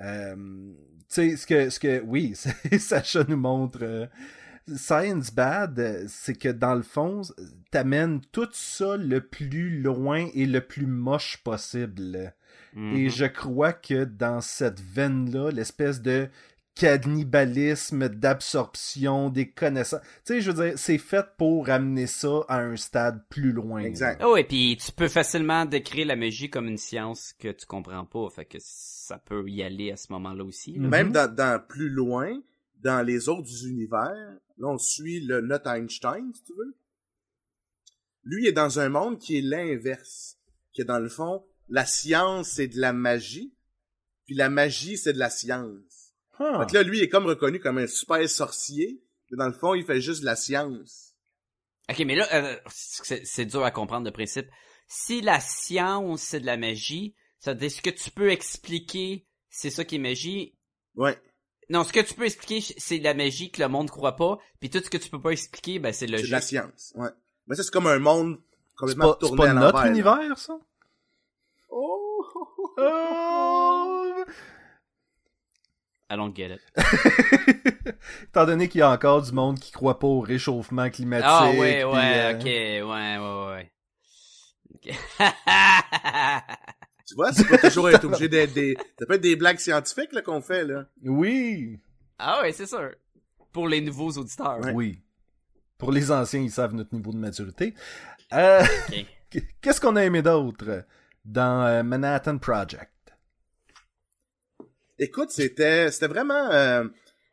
Speaker 3: euh, tu sais, ce que, ce que... Oui, Sacha nous montre... euh, Science Bad, euh, c'est que dans le fond, euh, t'amènes tout ça le plus loin et le plus moche possible.
Speaker 4: Mhm.
Speaker 3: Et je crois que dans cette veine-là, l'espèce de cannibalisme, d'absorption, des connaissances. Tu sais, je veux dire, c'est fait pour amener ça à un stade plus loin.
Speaker 1: Exact.
Speaker 4: Oh, et puis tu peux facilement décrire la magie comme une science que tu comprends pas, fait que ça peut y aller à ce moment-là aussi. là.
Speaker 3: Mhm.
Speaker 1: Même dans, dans plus loin, dans les autres univers, là, on suit le notre Einstein, si tu veux. Lui il est dans un monde qui est l'inverse. Que dans le fond, la science, c'est de la magie, puis la magie, c'est de la science.
Speaker 3: Huh.
Speaker 1: Fait que là, lui, il est comme reconnu comme un super sorcier, mais dans le fond, il fait juste de la science.
Speaker 4: Ok, mais là, euh, c'est c'est dur à comprendre le principe. Si la science c'est de la magie, ça veut dire ce que tu peux expliquer, c'est ça qui est magie,
Speaker 1: Ouais.
Speaker 4: Non, ce que tu peux expliquer, c'est la magie que le monde croit pas, puis tout ce que tu peux pas expliquer, ben c'est
Speaker 1: C'est de
Speaker 4: logique.
Speaker 1: la science. Ouais. Mais ça, c'est comme un monde
Speaker 3: C'est
Speaker 1: complètement
Speaker 3: pas, c'est
Speaker 1: tourné
Speaker 3: pas
Speaker 1: à l'envers.
Speaker 3: notre
Speaker 1: là.
Speaker 3: univers, ça?
Speaker 1: Oh!
Speaker 3: Oh!
Speaker 4: Allons get it.
Speaker 3: Étant donné qu'il y a encore du monde qui croit pas au réchauffement climatique.
Speaker 4: Ah ouais, ouais,
Speaker 3: puis, euh,
Speaker 4: ok, ouais, ouais, ouais. Ok.
Speaker 1: Tu vois, c'est pas toujours être obligé d'être des... Ça peut être des blagues scientifiques, là, qu'on fait, là.
Speaker 3: Oui.
Speaker 4: ah ouais, c'est sûr. Pour les nouveaux auditeurs.
Speaker 3: Oui. Pour les anciens, ils savent notre niveau de maturité. Euh,
Speaker 4: Ok.
Speaker 3: Qu'est-ce qu'on a aimé d'autre dans euh, Manhattan Project?
Speaker 1: Écoute, c'était c'était vraiment euh,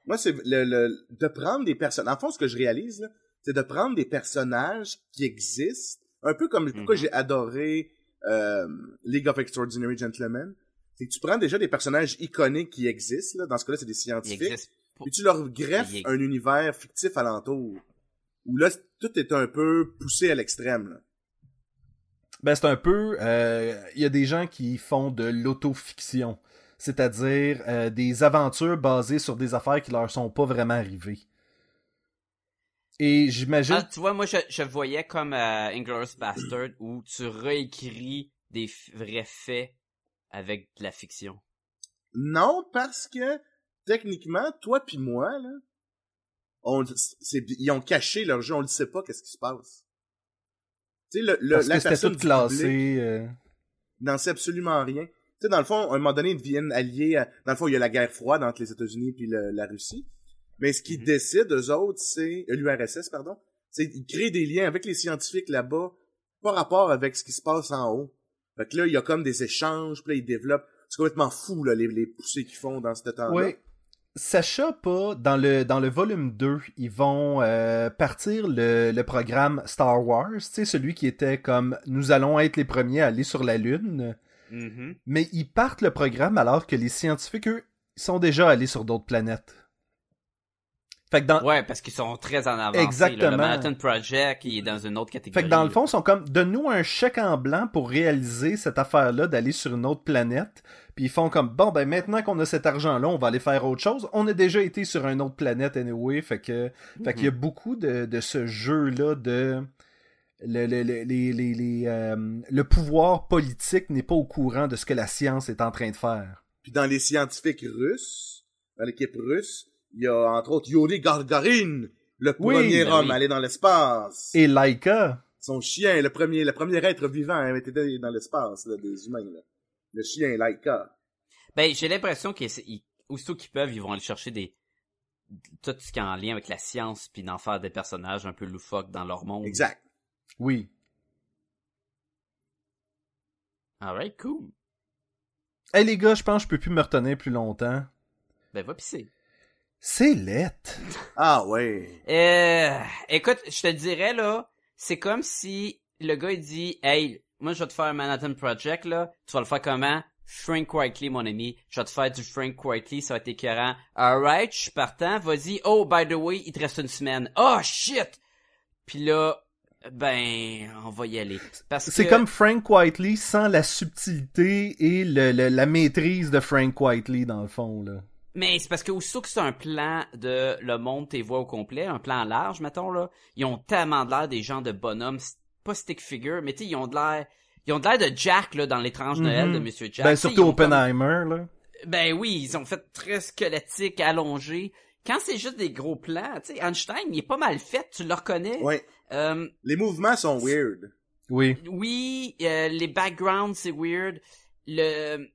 Speaker 1: moi c'est le, le de prendre des personnages. En fond, ce que je réalise là, c'est de prendre des personnages qui existent, un peu comme pourquoi j'ai adoré euh, League of Extraordinary Gentlemen. C'est que tu prends déjà des personnages iconiques qui existent là, dans ce cas-là, c'est des
Speaker 4: Il
Speaker 1: scientifiques,
Speaker 4: existe pas.
Speaker 1: puis tu leur greffes
Speaker 4: Il-
Speaker 1: un univers fictif alentour où là c'est- tout est un peu poussé à l'extrême. là.
Speaker 3: Ben, c'est un peu. euh, Il y a des gens qui font de l'autofiction, c'est-à-dire euh, des aventures basées sur des affaires qui leur sont pas vraiment arrivées. Et j'imagine.
Speaker 4: Ah, tu vois, moi, je, je voyais comme euh, Inglourious Bastard où tu réécris des f- vrais faits avec de la fiction.
Speaker 1: Non, parce que techniquement, toi puis moi, là, on, c'est- ils ont caché leur jeu, on ne sait pas qu'est-ce qui se passe. Tu sais, le, le,
Speaker 3: parce
Speaker 1: la
Speaker 3: que c'était
Speaker 1: personne
Speaker 3: tout
Speaker 1: du public
Speaker 3: classé. euh,
Speaker 1: n'en sait absolument rien. Tu sais, dans le fond, à un moment donné, ils deviennent alliés. à- Dans le fond, il y a la guerre froide entre les États-Unis puis le- la Russie. Mais ce qu'ils
Speaker 4: Mhm.
Speaker 1: décident, eux autres, c'est... euh, L'URSS, pardon. C'est- il crée des liens avec les scientifiques là-bas, pas rapport avec ce qui se passe en haut. Fait que là, il y a comme des échanges, puis là, il développe. C'est complètement fou, là, les, les poussées qu'ils font dans ce temps-là.
Speaker 3: Oui. Sacha, pas dans le, dans le volume 2, ils vont euh, partir le, le programme Star Wars, tu sais, celui qui était comme nous allons être les premiers à aller sur la Lune.
Speaker 4: Mhm.
Speaker 3: Mais ils partent le programme alors que les scientifiques, eux, sont déjà allés sur d'autres planètes. Fait que dans,
Speaker 4: Ouais, parce qu'ils sont très en avance.
Speaker 3: Ah. Exactement.
Speaker 4: Le Manhattan Project, il est dans une autre catégorie.
Speaker 3: fait que dans le fond, ils sont comme donne-nous un chèque en blanc pour réaliser cette affaire-là d'aller sur une autre planète. Puis ils font comme bon ben maintenant qu'on a cet argent-là, on va aller faire autre chose. On a déjà été sur une autre planète anyway, fait que fait qu'il y a beaucoup de, de ce jeu-là de le, le, le- les- les- les, euh, le pouvoir politique n'est pas au courant de ce que la science est en train de faire.
Speaker 1: Puis dans les scientifiques russes, dans l'équipe russe, il y a entre autres Yuri Gargarin, le
Speaker 3: Oui,
Speaker 1: premier
Speaker 4: ben
Speaker 1: homme
Speaker 4: oui.
Speaker 1: allé dans l'espace.
Speaker 3: Et Laika,
Speaker 1: Son chien, le premier, le premier être vivant à être été dans l'espace là, des humains. Là. Le chien Laika.
Speaker 4: Ben, j'ai l'impression qu'ils, ils- aussitôt qu'ils peuvent, ils vont aller chercher des, tout ce qui est en lien avec la science, puis d'en faire des personnages un peu loufoques dans leur monde.
Speaker 1: Exact.
Speaker 3: oui.
Speaker 4: Alright, cool.
Speaker 3: Hey les gars, je pense que je peux plus me retenir plus longtemps.
Speaker 4: Ben, va pisser.
Speaker 3: C'est lettre.
Speaker 1: Ah ouais.
Speaker 4: Euh, écoute, je te dirais, là, c'est comme si le gars, il dit, hey, moi, je vais te faire un Manhattan Project, là. Tu vas le faire comment? Frank Whiteley, mon ami. Je vais te faire du Frank Whiteley, ça va être écœurant. Alright, je suis partant. Vas-y. Oh, by the way, il te reste une semaine. Oh, shit! Puis là, ben, on va y aller. Parce
Speaker 3: C'est
Speaker 4: que-
Speaker 3: comme Frank Whiteley sans la subtilité et le- le- la maîtrise de Frank Whiteley dans le fond là.
Speaker 4: Mais c'est parce que aussitôt que c'est un plan de le monde tes voix au complet, un plan large, mettons, là, ils ont tellement de l'air des gens de bonhomme, st- pas stick figure, mais tu sais, ils ont de l'air. Ils ont de l'air de Jack là, dans l'étrange Noël
Speaker 3: Mhm.
Speaker 4: de Monsieur Jack.
Speaker 3: ben
Speaker 4: Ah, Tu sais,
Speaker 3: surtout
Speaker 4: ils ont comme-
Speaker 3: Oppenheimer là.
Speaker 4: Ben oui, ils ont fait très squelettique, allongé. Quand c'est juste des gros plans, tu sais, Einstein, il est pas mal fait, tu le reconnais.
Speaker 1: Ouais.
Speaker 4: Euh,
Speaker 1: Les mouvements sont weird.
Speaker 3: Oui.
Speaker 4: oui, euh, les backgrounds, c'est weird. Le...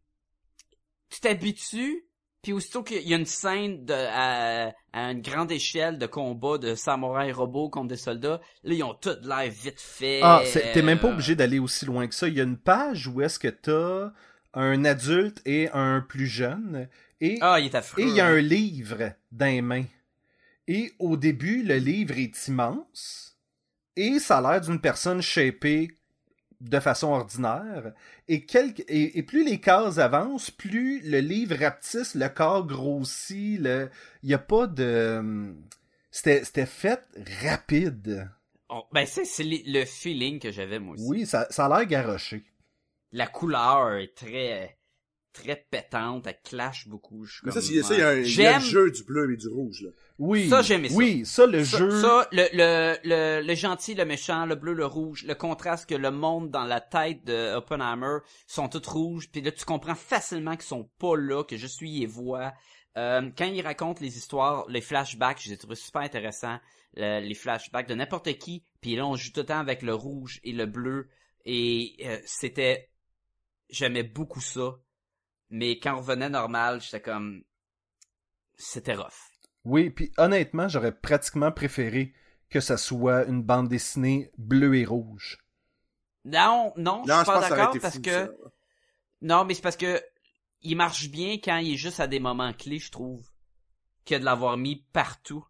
Speaker 4: Tu t'habitues, puis aussitôt qu'il y a une scène de, à, à une grande échelle de combat de samouraïs robots contre des soldats, là, ils ont tout l'air vite fait.
Speaker 3: Ah, c'est- t'es même pas
Speaker 4: Euh,
Speaker 3: obligé d'aller aussi loin que ça. Il y a une page où est-ce que t'as un adulte et un plus jeune et
Speaker 4: Ah, il est affreux.
Speaker 3: Et il y a un livre dans les mains. Et au début, le livre est immense. Et ça a l'air d'une personne shapée de façon ordinaire. Et, quelque- et, et plus les cases avancent, plus le livre rapetisse, le corps grossit. le- Il n'y a pas de... C'était c'était fait rapide.
Speaker 4: On- Ben, c'est, c'est li- le feeling que j'avais, moi aussi.
Speaker 3: Oui, ça, ça a l'air garoché.
Speaker 4: La couleur est très très pétante, elle clash beaucoup. Je suis
Speaker 1: Mais ça,
Speaker 4: comme,
Speaker 1: c'est, ça, il y a un- il y a
Speaker 4: J'aime
Speaker 1: le jeu du bleu et du rouge. Là.
Speaker 3: Oui,
Speaker 4: Ça, j'aimais ça.
Speaker 3: Oui, ça, le
Speaker 4: ça,
Speaker 3: jeu...
Speaker 4: ça, le, le, le, le gentil, le méchant, le bleu, le rouge, le contraste que le monde dans la tête de Oppenheimer sont tous rouges, puis là tu comprends facilement qu'ils sont pas là, que je suis et vois. Euh, quand il raconte les histoires, les flashbacks, je les ai trouvés super intéressants, le- les flashbacks de n'importe qui, puis là on joue tout le temps avec le rouge et le bleu, et euh, c'était... J'aimais beaucoup ça, mais quand on revenait normal, j'étais comme... C'était rough.
Speaker 3: Oui, puis honnêtement, j'aurais pratiquement préféré que ça soit une bande dessinée bleue et rouge.
Speaker 4: Non, non,
Speaker 1: Non,
Speaker 4: je suis
Speaker 1: je pense
Speaker 4: pas
Speaker 1: que ça aurait
Speaker 4: d'accord
Speaker 1: été
Speaker 4: parce
Speaker 1: fou,
Speaker 4: que
Speaker 1: ça.
Speaker 4: non, mais c'est parce que il marche bien quand il est juste à des moments clés, je trouve, que de l'avoir mis partout.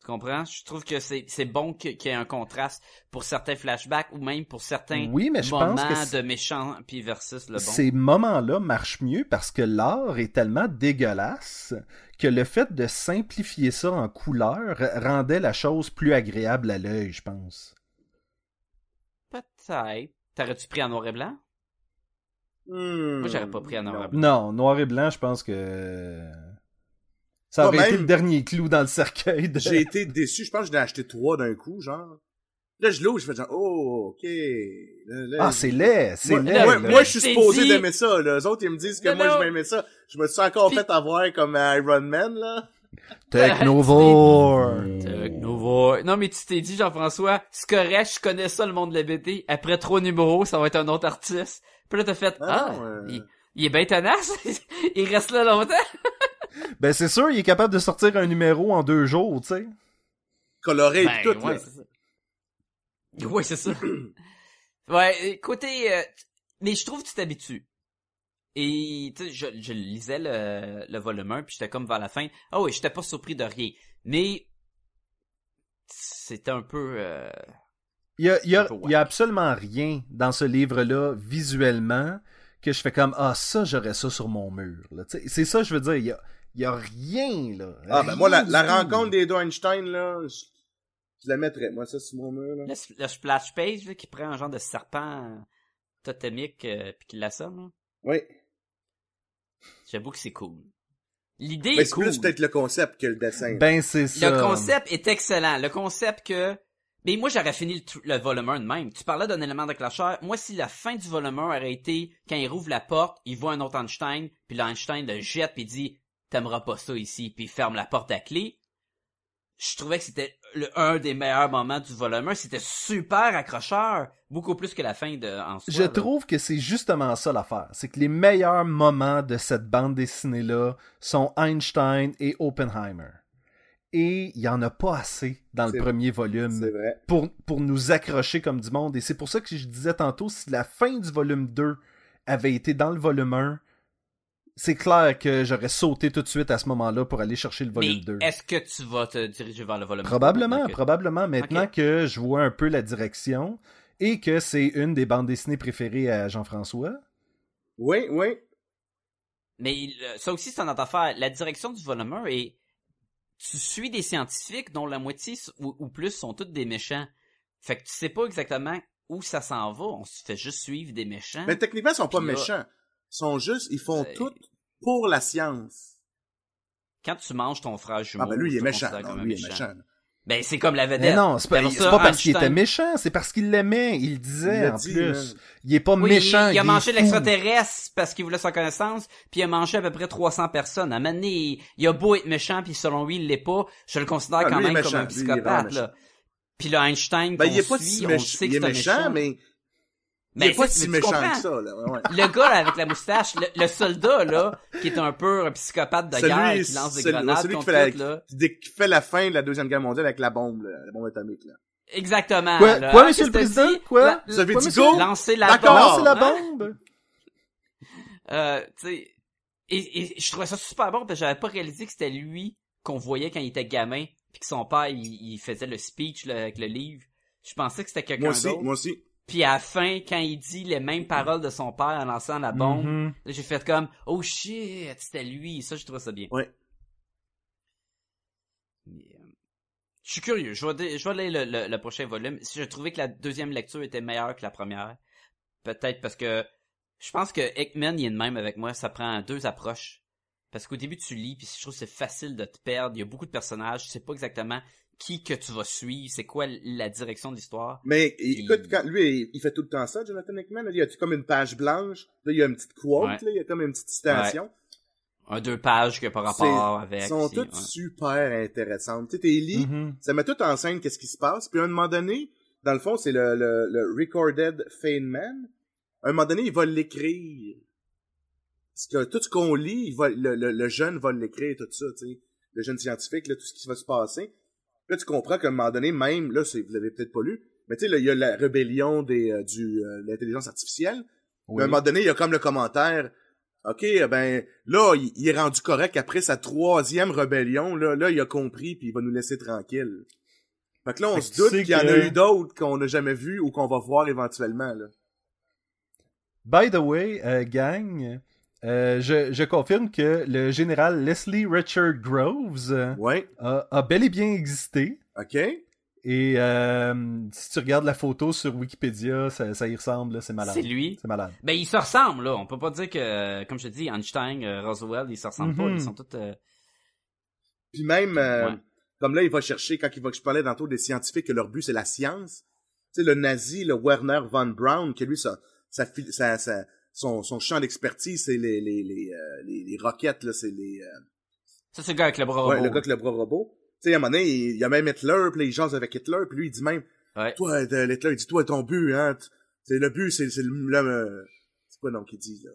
Speaker 4: Tu comprends Je trouve que c'est c'est bon que- qu'il y ait un contraste pour certains flashbacks ou même pour certains
Speaker 3: Oui, mais je
Speaker 4: moments
Speaker 3: pense que c'est-
Speaker 4: de méchant puis versus le bon.
Speaker 3: Ces moments-là marchent mieux parce que l'art est tellement dégueulasse que le fait de simplifier ça en couleurs rendait la chose plus agréable à l'œil, je pense.
Speaker 4: Peut-être. T'aurais-tu pris en noir et blanc
Speaker 1: Hmm.
Speaker 4: Moi, j'aurais pas pris à Nora
Speaker 1: Non.
Speaker 3: Non, noir et blanc, je pense que ça aurait
Speaker 1: Moi,
Speaker 3: été
Speaker 1: même-
Speaker 3: le dernier clou dans le cercueil. De...
Speaker 1: J'ai été déçu. Je pense que j'en ai acheté trois d'un coup, genre. Là, je l'ouvre, je fais genre, oh, ok. Là, là,
Speaker 3: Ah, c'est laid, c'est
Speaker 1: Moi,
Speaker 3: laid.
Speaker 1: moi,
Speaker 3: là.
Speaker 1: moi, je suis
Speaker 4: C'est
Speaker 1: supposé
Speaker 4: dit.
Speaker 1: d'aimer ça. Là. Les autres, ils me disent que
Speaker 4: Non,
Speaker 1: moi,
Speaker 4: non.
Speaker 1: je vais aimer ça. Je me suis encore
Speaker 4: Puis-
Speaker 1: fait avoir comme à Iron Man, là.
Speaker 3: Technovore.
Speaker 1: Euh.
Speaker 4: Technovoy. Euh, Non, mais tu t'es dit, Jean-François, c'est correct, je connais ça, le monde de la BD. Après trois numéros, ça va être un autre artiste. Puis là, t'as fait, ah,
Speaker 1: Ah, ouais.
Speaker 4: il, il est bien tenace. il reste là longtemps.
Speaker 3: Ben c'est sûr, il est capable de sortir un numéro en deux jours, tu sais.
Speaker 1: coloré
Speaker 4: Ben,
Speaker 1: et tout.
Speaker 4: ouais,
Speaker 1: là.
Speaker 4: c'est ça. Ouais, c'est ça. ouais, écoutez, euh, mais je trouve que tu t'habitues. Et tu sais, je, je lisais le, le volume 1, puis j'étais comme vers la fin. Ah oui, j'étais pas surpris de rien. Mais c'était un peu... euh,
Speaker 3: Il y a, il y a-
Speaker 4: Un peu
Speaker 3: il y a absolument rien dans ce livre-là, visuellement, que je fais comme Ah, ça, j'aurais ça sur mon mur. là. Tu sais, C'est ça, je veux dire. Il y a, il y a rien, là.
Speaker 1: Ah, ben moi, la,
Speaker 3: Rien
Speaker 1: la
Speaker 3: du tout.
Speaker 1: rencontre des deux Einstein, là, je, je la mettrais, moi, ça, sur mon mur, là.
Speaker 4: le, s- le splash page là, qui prend un genre de serpent euh, totémique euh, puis qui l'assomme. là.
Speaker 1: Oui.
Speaker 4: J'avoue que c'est cool. L'idée
Speaker 1: Mais
Speaker 4: est
Speaker 1: Ben, c'est
Speaker 4: cool.
Speaker 1: plus peut-être le concept que le dessin. là.
Speaker 3: Ben, c'est ça.
Speaker 4: Le concept est excellent. Le concept que... Mais moi, j'aurais fini le, tr- le volume 1 de même. Tu parlais d'un élément déclencheur. Moi, si la fin du volume 1 aurait été quand il rouvre la porte, il voit un autre Einstein, puis l'Einstein le jette, puis il dit « T'aimeras pas ça ici », puis il ferme la porte à clé. Je trouvais que c'était le un des meilleurs moments du volume 1. C'était super accrocheur. Beaucoup plus que la fin de en soi,
Speaker 3: Je
Speaker 4: là.
Speaker 3: trouve que c'est justement ça l'affaire. C'est que les meilleurs moments de cette bande dessinée-là sont Einstein et Oppenheimer. Et il n'y en a pas assez dans le
Speaker 1: C'est-
Speaker 3: premier volume
Speaker 1: C'est vrai.
Speaker 3: pour, pour nous accrocher comme du monde. Et c'est pour ça que je disais tantôt, si la fin du volume 2 avait été dans le volume 1, c'est clair que j'aurais sauté tout de suite à ce moment-là pour aller chercher le volume
Speaker 4: Mais
Speaker 3: 2.
Speaker 4: est-ce que tu vas te diriger vers le volume 2?
Speaker 3: Probablement, probablement. Maintenant que je vois un peu la direction et que c'est une des bandes dessinées préférées à Jean-François.
Speaker 1: Oui, oui.
Speaker 4: Mais il- euh, ça aussi, c'est une autre affaire. La direction du volume 1 est... Tu suis des scientifiques dont la moitié s- ou, ou plus sont tous des méchants. Fait que tu sais pas exactement où ça s'en va. On se fait juste suivre des méchants.
Speaker 1: Mais techniquement, ils sont pas
Speaker 4: Ah. Puis là-
Speaker 1: méchants. Ils sont juste, ils font
Speaker 4: Euh,
Speaker 1: tout pour la science.
Speaker 4: Quand tu manges ton frère jumeau...
Speaker 1: Ah, ben lui, il
Speaker 4: tu
Speaker 1: est
Speaker 4: le
Speaker 1: méchant.
Speaker 4: considères
Speaker 1: Non,
Speaker 4: comme un
Speaker 1: lui, il est méchant.
Speaker 4: Ben, c'est comme la
Speaker 3: Mais
Speaker 4: vedette.
Speaker 3: non, c'est pas,
Speaker 4: Puis
Speaker 3: c'est
Speaker 4: ça,
Speaker 3: pas parce qu'il était
Speaker 4: Einstein-
Speaker 3: méchant, c'est parce qu'il l'aimait, il le
Speaker 1: Il
Speaker 3: disait
Speaker 1: l'a
Speaker 3: en
Speaker 1: dit,
Speaker 3: plus.
Speaker 1: là.
Speaker 3: Il est pas
Speaker 4: Oui,
Speaker 3: méchant.
Speaker 4: il, il a
Speaker 3: est
Speaker 4: mangé
Speaker 3: fou.
Speaker 4: l'extraterrestre parce qu'il voulait sa connaissance, puis il a mangé à peu près 300 personnes. À un moment donné, il, il a beau être méchant, puis selon lui, il l'est pas. Je le considère
Speaker 1: Ah,
Speaker 4: quand
Speaker 1: lui, il est
Speaker 4: même comme
Speaker 1: méchant.
Speaker 4: un
Speaker 1: Lui, il est vraiment
Speaker 4: psychopathe,
Speaker 1: méchant.
Speaker 4: là. Puis là, Einstein,
Speaker 1: Ben,
Speaker 4: qu'on
Speaker 1: il est pas
Speaker 4: suit,
Speaker 1: si
Speaker 4: on
Speaker 1: méchant.
Speaker 4: sait que
Speaker 1: Il est
Speaker 4: c'est un
Speaker 1: méchant, mais il
Speaker 4: Mais
Speaker 1: est pas
Speaker 4: c'est-
Speaker 1: si
Speaker 4: mais tu
Speaker 1: méchant que
Speaker 4: comprends. Ah,
Speaker 1: ça, là. Ouais, ouais.
Speaker 4: Le gars là, avec la moustache, le, le soldat là, qui est un peu un psychopathe de guerre, qui lance des
Speaker 1: celui-
Speaker 4: grenades
Speaker 1: celui qui
Speaker 4: contre
Speaker 1: fait, la,
Speaker 4: tout, là.
Speaker 1: qui dé- qui fait la fin de la Deuxième Guerre mondiale avec la bombe, là, la bombe atomique. Là.
Speaker 4: Exactement.
Speaker 3: Quoi-
Speaker 4: là.
Speaker 3: quoi,
Speaker 4: Ah,
Speaker 3: monsieur le
Speaker 4: qu'est-ce que
Speaker 3: président?
Speaker 4: t'as dit?
Speaker 3: Quoi?
Speaker 4: La-
Speaker 1: Vous avez
Speaker 3: Quoi,
Speaker 1: dit
Speaker 3: monsieur?
Speaker 1: go!
Speaker 4: Lancer la
Speaker 1: D'accord,
Speaker 4: bombe.
Speaker 3: Non, c'est la
Speaker 4: hein?
Speaker 3: bombe.
Speaker 4: Euh, tu sais, et, et je trouvais ça super bon parce que j'avais pas réalisé que c'était lui qu'on voyait quand il était gamin, puis que son père il, il faisait le speech là, avec le livre. Je pensais que c'était
Speaker 1: Moi
Speaker 4: quelqu'un
Speaker 1: aussi, moi
Speaker 4: d'autre.
Speaker 1: aussi.
Speaker 4: Puis à la fin, quand il dit les mêmes paroles de son père en lançant la bombe,
Speaker 3: Mhm.
Speaker 4: là, j'ai fait comme oh shit, c'était lui. Ça, je trouve ça bien.
Speaker 1: Ouais.
Speaker 4: Mais, euh, Je suis curieux. Je vais, dé- je vais lire le, le- le prochain volume. Si je trouvais que la deuxième lecture était meilleure que la première, peut-être parce que je pense que Hickman il est de même avec moi. Ça prend deux approches. Parce qu'au début tu lis, puis je trouve que c'est facile de te perdre. Il y a beaucoup de personnages. Tu sais pas exactement qui que tu vas suivre. C'est quoi la direction de l'histoire.
Speaker 1: Mais il-
Speaker 4: Il-
Speaker 1: écoute, quand, lui, il, il fait tout le temps ça, Jonathan Hickman. là. Il y a comme une page blanche. Là, il y a une petite quote.
Speaker 4: Ouais.
Speaker 1: Là, il y a comme une petite citation.
Speaker 4: Un deux pages que par
Speaker 1: C'est-
Speaker 4: rapport avec.
Speaker 1: Ils sont
Speaker 4: c'est-
Speaker 1: toutes
Speaker 4: ouais.
Speaker 1: super intéressantes. Tu sais, t'es lis,
Speaker 3: Mhm.
Speaker 1: Mm. ça met tout en scène qu'est-ce qui se passe. Puis à un moment donné, dans le fond, c'est le, le, le recorded Feynman. À un moment donné, il va l'écrire. Parce que tout ce qu'on lit, il va, le, le, le jeune va l'écrire, tout ça, tu sais. Le jeune scientifique, là, tout ce qui va se passer. Puis Là, tu comprends qu'à un moment donné, même, là, c'est- vous l'avez peut-être pas lu, mais tu sais, là, il y a la rébellion des, euh, du, euh, l'intelligence artificielle.
Speaker 3: Oui.
Speaker 1: Mais à un moment donné, il y a comme le commentaire. OK, euh, ben là, il, il est rendu correct après sa troisième rébellion. Là, là, il a compris puis il va nous laisser tranquille. Fait que là, on
Speaker 3: Fait que
Speaker 1: se
Speaker 3: tu
Speaker 1: doute
Speaker 3: sais
Speaker 1: qu'il y en a
Speaker 3: que-
Speaker 1: eu d'autres qu'on n'a jamais vu ou qu'on va voir éventuellement. Là.
Speaker 3: By the way, euh, gang, euh, je, je confirme que le général Leslie Richard Groves euh,
Speaker 1: Ouais,
Speaker 3: a, a bel et bien existé.
Speaker 1: OK.
Speaker 3: Et euh, si tu regardes la photo sur Wikipédia, ça, ça y ressemble, là, c'est malade.
Speaker 4: C'est lui.
Speaker 3: C'est malade.
Speaker 4: Ben, ils se ressemblent, là. On peut pas dire que, euh, comme je te dis, Einstein, euh, Roswell, ils se ressemblent pas.
Speaker 3: Mhm.
Speaker 4: Ils sont tous... euh,
Speaker 1: Puis même, euh,
Speaker 4: Ouais.
Speaker 1: comme là, il va chercher, quand il va, je parlais tantôt des scientifiques, que leur but, c'est la science. Tu sais, le nazi, le Werner von Braun, que lui, ça, ça, fil- ça, ça- son, son champ d'expertise, c'est les, les, les, euh, les, les roquettes, là, c'est les... euh,
Speaker 4: Ça, c'est le gars avec le bras
Speaker 1: Ouais,
Speaker 4: robot.
Speaker 1: le gars avec le bras robot. Tu sais, à un moment donné, il il y a même Hitler, puis là, il jase avec Hitler, puis lui, il dit même,
Speaker 4: Ouais.
Speaker 1: toi, euh, Hitler, il dit, toi, ton but, hein, tu- c'est le but, c'est, c'est le, le- c'est quoi, donc, il dit, là?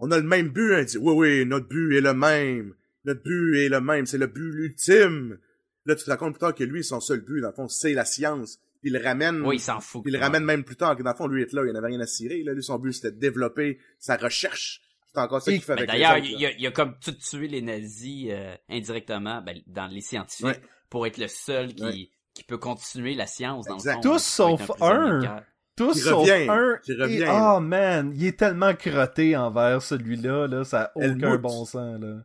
Speaker 1: On a le même but, hein, il dit, oui, oui, notre but est le même, notre but est le même, c'est le but ultime. Là, tu te rends compte plus tard que lui, son seul but, dans le fond, c'est la science. Il le ramène.
Speaker 4: Oui, il s'en fout.
Speaker 1: il le ramène même plus tard que dans le fond, lui, Hitler, il n'avait rien à cirer. Là. Lui, son but, c'était de développer sa recherche. C'est encore ça qu'il fait
Speaker 4: Mais
Speaker 1: avec les
Speaker 4: Ben, d'ailleurs,
Speaker 1: autres,
Speaker 4: il,
Speaker 1: là.
Speaker 4: il a, il a comme tout tué les nazis euh, indirectement ben, dans les scientifiques
Speaker 1: Ouais.
Speaker 4: pour être le seul qui,
Speaker 1: Ouais.
Speaker 4: qui peut continuer la science dans
Speaker 1: Exact.
Speaker 4: le fond.
Speaker 3: Tous
Speaker 4: Pour
Speaker 3: sauf
Speaker 4: être prisonnier
Speaker 3: un.
Speaker 4: de guerre.
Speaker 3: Tous
Speaker 1: Qui
Speaker 3: sauf
Speaker 1: revient,
Speaker 3: un.
Speaker 1: qui
Speaker 3: et-
Speaker 1: revient, là.
Speaker 3: oh man, il est tellement crotté envers celui-là, là, ça a
Speaker 1: Elle
Speaker 3: aucun
Speaker 1: moute.
Speaker 3: bon sens, là.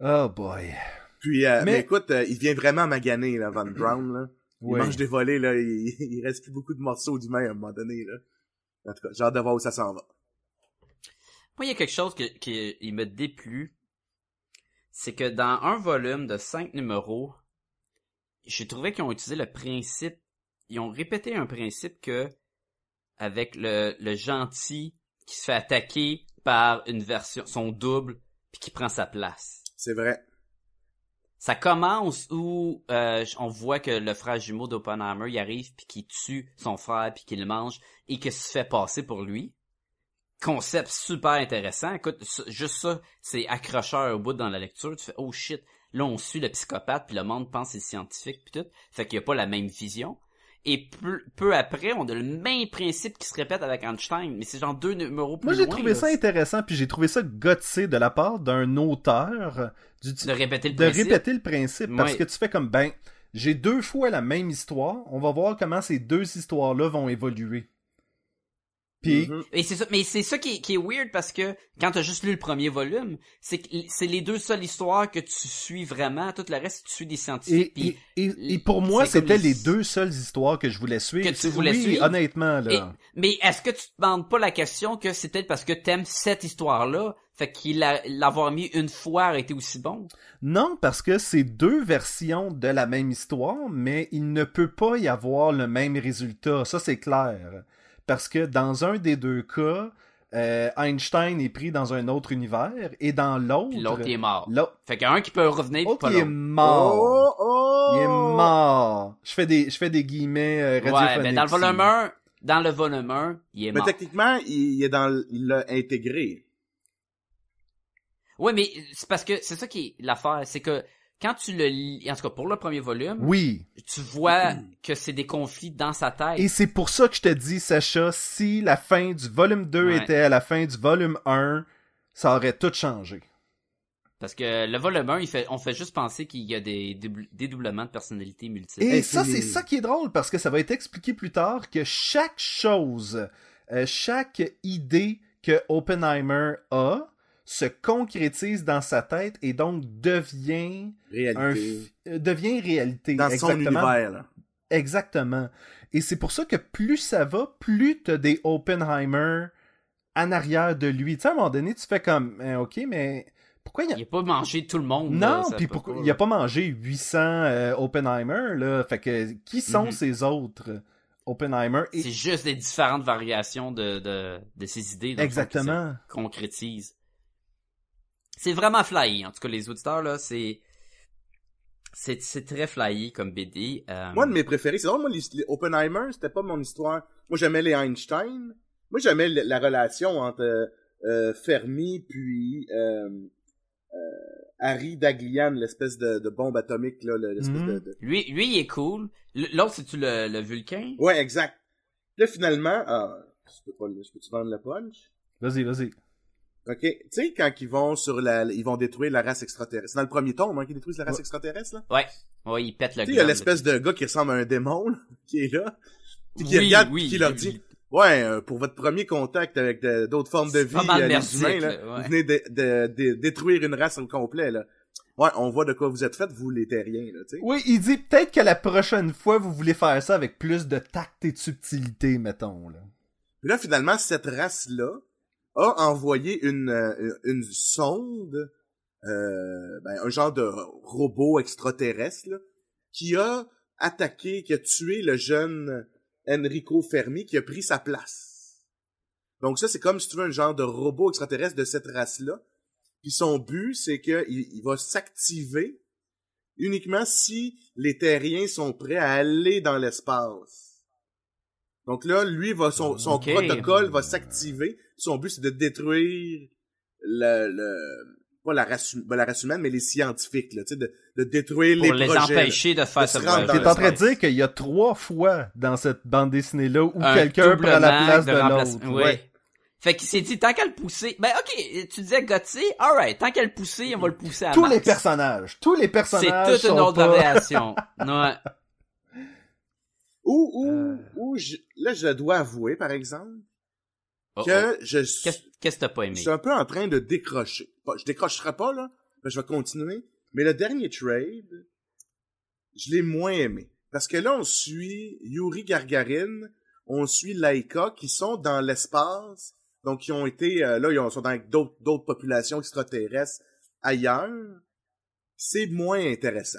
Speaker 3: Oh boy.
Speaker 1: Puis, euh, mais...
Speaker 3: Mais-
Speaker 1: écoute, euh, il vient vraiment maganer, là, Van Brown, là. Il
Speaker 3: Oui.
Speaker 1: mange des volets, là. Il, il reste plus beaucoup de morceaux d'humain à un moment donné, là. En tout cas, j'ai hâte de voir où ça s'en va.
Speaker 4: Moi, il y a quelque chose que- qui il me déplut. C'est que dans un volume de cinq numéros, j'ai trouvé qu'ils ont utilisé le principe. Ils ont répété un principe que avec le, le gentil qui se fait attaquer par une version, son double, puis qui prend sa place.
Speaker 1: C'est vrai.
Speaker 4: Ça commence où euh, on voit que le frère jumeau d'Oppenheimer, il arrive puis qu'il tue son frère puis qu'il le mange et qu'il se fait passer pour lui. Concept super intéressant. Écoute, ça- juste ça, c'est accrocheur au bout dans la lecture. Tu fais « Oh shit! » Là, on suit le psychopathe puis le monde pense que c'est scientifique puis tout. Fait qu'il n'y a pas la même vision. Et peu, peu après, on a le même principe qui se répète avec Einstein. Mais c'est genre deux numéros plus
Speaker 3: Moi, j'ai
Speaker 4: loin,
Speaker 3: trouvé
Speaker 4: là.
Speaker 3: ça intéressant, puis j'ai trouvé ça gutsé de la part d'un auteur
Speaker 4: De
Speaker 3: d'utiliser
Speaker 4: répéter le
Speaker 3: de
Speaker 4: principe.
Speaker 3: répéter le principe parce
Speaker 4: Ouais.
Speaker 3: que tu fais comme ben j'ai deux fois la même histoire on va voir comment ces deux histoires là vont évoluer puis
Speaker 1: Mhm.
Speaker 4: Et c'est ça, mais c'est ça qui, est- qui est weird parce que quand t'as juste lu le premier volume, c'est que l- c'est les deux seules histoires que tu suis vraiment. Tout le reste, tu suis des scientifiques.
Speaker 3: et,
Speaker 4: puis-
Speaker 3: et- et- et pour moi
Speaker 4: c'est comme
Speaker 3: c'était
Speaker 4: les-
Speaker 3: les deux seules histoires que je voulais suivre
Speaker 4: Que tu voulais
Speaker 3: Oui,
Speaker 4: suivre.
Speaker 3: honnêtement
Speaker 4: et-
Speaker 3: là
Speaker 4: mais est-ce que tu te demandes pas la question que c'est peut-être parce que t'aimes cette histoire-là, fait qu'il a- l'avoir mis une fois aurait été aussi bon?
Speaker 3: non parce que c'est deux versions de la même histoire mais il ne peut pas y avoir le même résultat ça c'est clair parce que dans un des deux cas euh, Einstein est pris dans un autre univers et dans
Speaker 4: Puis l'autre,
Speaker 3: l'autre
Speaker 4: il est mort.
Speaker 3: l'autre
Speaker 4: Fait qu'un qui peut revenir, puis
Speaker 3: Autre,
Speaker 4: pas
Speaker 3: Oh, il est
Speaker 4: l'autre.
Speaker 3: mort.
Speaker 1: oh!
Speaker 3: Il est mort. Je fais des, je fais des guillemets euh,
Speaker 4: Ouais,
Speaker 3: radiophoniques.
Speaker 4: mais dans le volume
Speaker 3: ici.
Speaker 4: 1, dans le volume 1, il est
Speaker 1: Mais
Speaker 4: mort.
Speaker 1: techniquement, il, il est dans, l- il l'a intégré.
Speaker 4: Ouais, mais c'est parce que c'est ça qui est l'affaire, c'est que quand tu le lis, en tout cas pour le premier volume,
Speaker 3: Oui.
Speaker 4: tu vois que c'est des conflits dans sa tête.
Speaker 3: Et c'est pour ça que je te dis, Sacha, si la fin du volume 2
Speaker 4: Ouais.
Speaker 3: était à la fin du volume 1, ça aurait tout changé.
Speaker 4: Parce que le volume 1, il fait, on fait juste penser qu'il y a des dédou- dédoublements de personnalités multiples.
Speaker 3: Et
Speaker 1: Infini.
Speaker 3: ça, c'est ça qui est drôle parce que ça va être expliqué plus tard que chaque chose, euh, chaque idée que Oppenheimer a se concrétise dans sa tête et donc devient un
Speaker 1: Réalité.
Speaker 3: fi- euh, devient réalité
Speaker 1: Dans son
Speaker 3: exactement
Speaker 1: univers, là.
Speaker 3: Exactement. Et c'est pour ça que plus ça va, plus t'as des Oppenheimer en arrière de lui. Tu sais, à un moment donné, tu fais comme, Eh, ok, mais pourquoi il y a...
Speaker 4: Il n'a pas mangé tout le monde. là,
Speaker 3: Non,
Speaker 4: ça
Speaker 3: puis
Speaker 4: peut
Speaker 3: pourquoi
Speaker 4: pas,
Speaker 3: il a
Speaker 4: là.
Speaker 3: pas mangé 800 euh, Oppenheimer là Fait que qui sont
Speaker 4: Mhm.
Speaker 3: ces autres euh, Oppenheimer Et-
Speaker 4: C'est juste des différentes variations de, de, de ses idées. dans le fond, qui se
Speaker 3: Exactement.
Speaker 4: concrétisent. C'est vraiment flyé. En tout cas, les auditeurs, là, c'est... C'est, c'est très flyé comme BD. euh,
Speaker 1: Moi, de mes préférés, c'est drôle, moi, les, les Oppenheimer, c'était pas mon histoire. Moi, j'aimais les Einstein. Moi, j'aimais le- la relation entre euh, euh, Fermi puis euh, euh, Harry Daglian, l'espèce de, de bombe atomique, là, le- l'espèce
Speaker 3: Mhm.
Speaker 1: de- de,
Speaker 4: lui, lui, il est cool. L- L'autre, c'est-tu le, le Vulcain?
Speaker 1: Ouais, exact. Là, finalement, ah, je peux pas, le- je peux-tu vendre le punch?
Speaker 3: Vas-y, vas-y.
Speaker 1: Ok, tu sais, quand ils vont sur la, ils vont détruire la race extraterrestre. C'est dans le premier tome, hein, qu'ils détruisent la race
Speaker 3: Ouais.
Speaker 1: extraterrestre, là.
Speaker 4: Ouais, il pète le
Speaker 1: Tu sais, il y a
Speaker 4: globe,
Speaker 1: l'espèce de gars qui ressemble à un démon, là, qui est là.
Speaker 4: là.
Speaker 1: qui regarde,
Speaker 4: oui,
Speaker 1: qui leur
Speaker 4: oui,
Speaker 1: dit,
Speaker 4: oui.
Speaker 1: Ouais, euh, pour votre premier contact avec de- d'autres formes de
Speaker 4: C'est
Speaker 1: vie,
Speaker 4: pas mal
Speaker 1: euh, les
Speaker 4: merdique,
Speaker 1: humains, là,
Speaker 4: là, ouais.
Speaker 1: vous venez de, de- de- détruire une race au complet, là. Ouais, on voit de quoi vous êtes fait, vous les terriens, là, tu sais.
Speaker 3: Oui, il dit peut-être que la prochaine fois vous voulez faire ça avec plus de tact et de subtilité, mettons là.
Speaker 1: Puis là, finalement, cette race-là a envoyé une, euh, une sonde, euh, ben, un genre de robot extraterrestre, là, qui a attaqué, qui a tué le jeune Enrico Fermi, qui a pris sa place. Donc ça, c'est comme, si tu veux, un genre de robot extraterrestre de cette race-là. Puis son but, c'est qu'il il va s'activer uniquement si les terriens sont prêts à aller dans l'espace. Donc là, lui, va son, son
Speaker 4: Ok.
Speaker 1: protocole va s'activer. Son but, c'est de détruire le, le- pas la race, hum- ben, la race humaine, mais les scientifiques, là, tu sais, de, de détruire
Speaker 4: Pour
Speaker 1: les,
Speaker 4: les,
Speaker 1: projets. là.
Speaker 4: empêcher de
Speaker 1: de
Speaker 4: faire
Speaker 1: se
Speaker 4: ce
Speaker 1: rendre
Speaker 4: voyage.
Speaker 1: dans
Speaker 3: T'es en train de
Speaker 1: l'espace.
Speaker 3: dire qu'il y a trois fois dans cette bande dessinée-là où
Speaker 4: Un
Speaker 3: quelqu'un prend la
Speaker 4: doublement
Speaker 3: place de,
Speaker 4: remplace-
Speaker 3: l'autre.
Speaker 4: Oui.
Speaker 3: Ouais.
Speaker 4: Fait qu'il s'est dit, tant qu'à le pousser, ben ok, tu disais Gauthier, alright, tant qu'à le pousser, on va le pousser à
Speaker 3: Tous
Speaker 4: max.
Speaker 3: les personnages, tous les personnages
Speaker 4: C'est toute une
Speaker 3: sont
Speaker 4: autre
Speaker 3: pas-
Speaker 4: variation. ouais. Oh,
Speaker 1: Ou, ou,
Speaker 4: Euh.
Speaker 1: ou, je- là, je dois avouer, par exemple,
Speaker 4: Oh, oh.
Speaker 1: que je suis,
Speaker 4: Qu'est-ce qu'est-ce que t'as pas
Speaker 1: je
Speaker 4: aimé?
Speaker 1: suis un peu en train de décrocher. Pas- Je décrocherai pas, là, mais je vais continuer. Mais le dernier trade, je l'ai moins aimé. Parce que là, on suit Yuri Gargarine, on suit Laika, qui sont dans l'espace, donc ils ont été, euh, là, ils ont- sont dans d'autres d'autres populations extraterrestres ailleurs. C'est moins intéressant.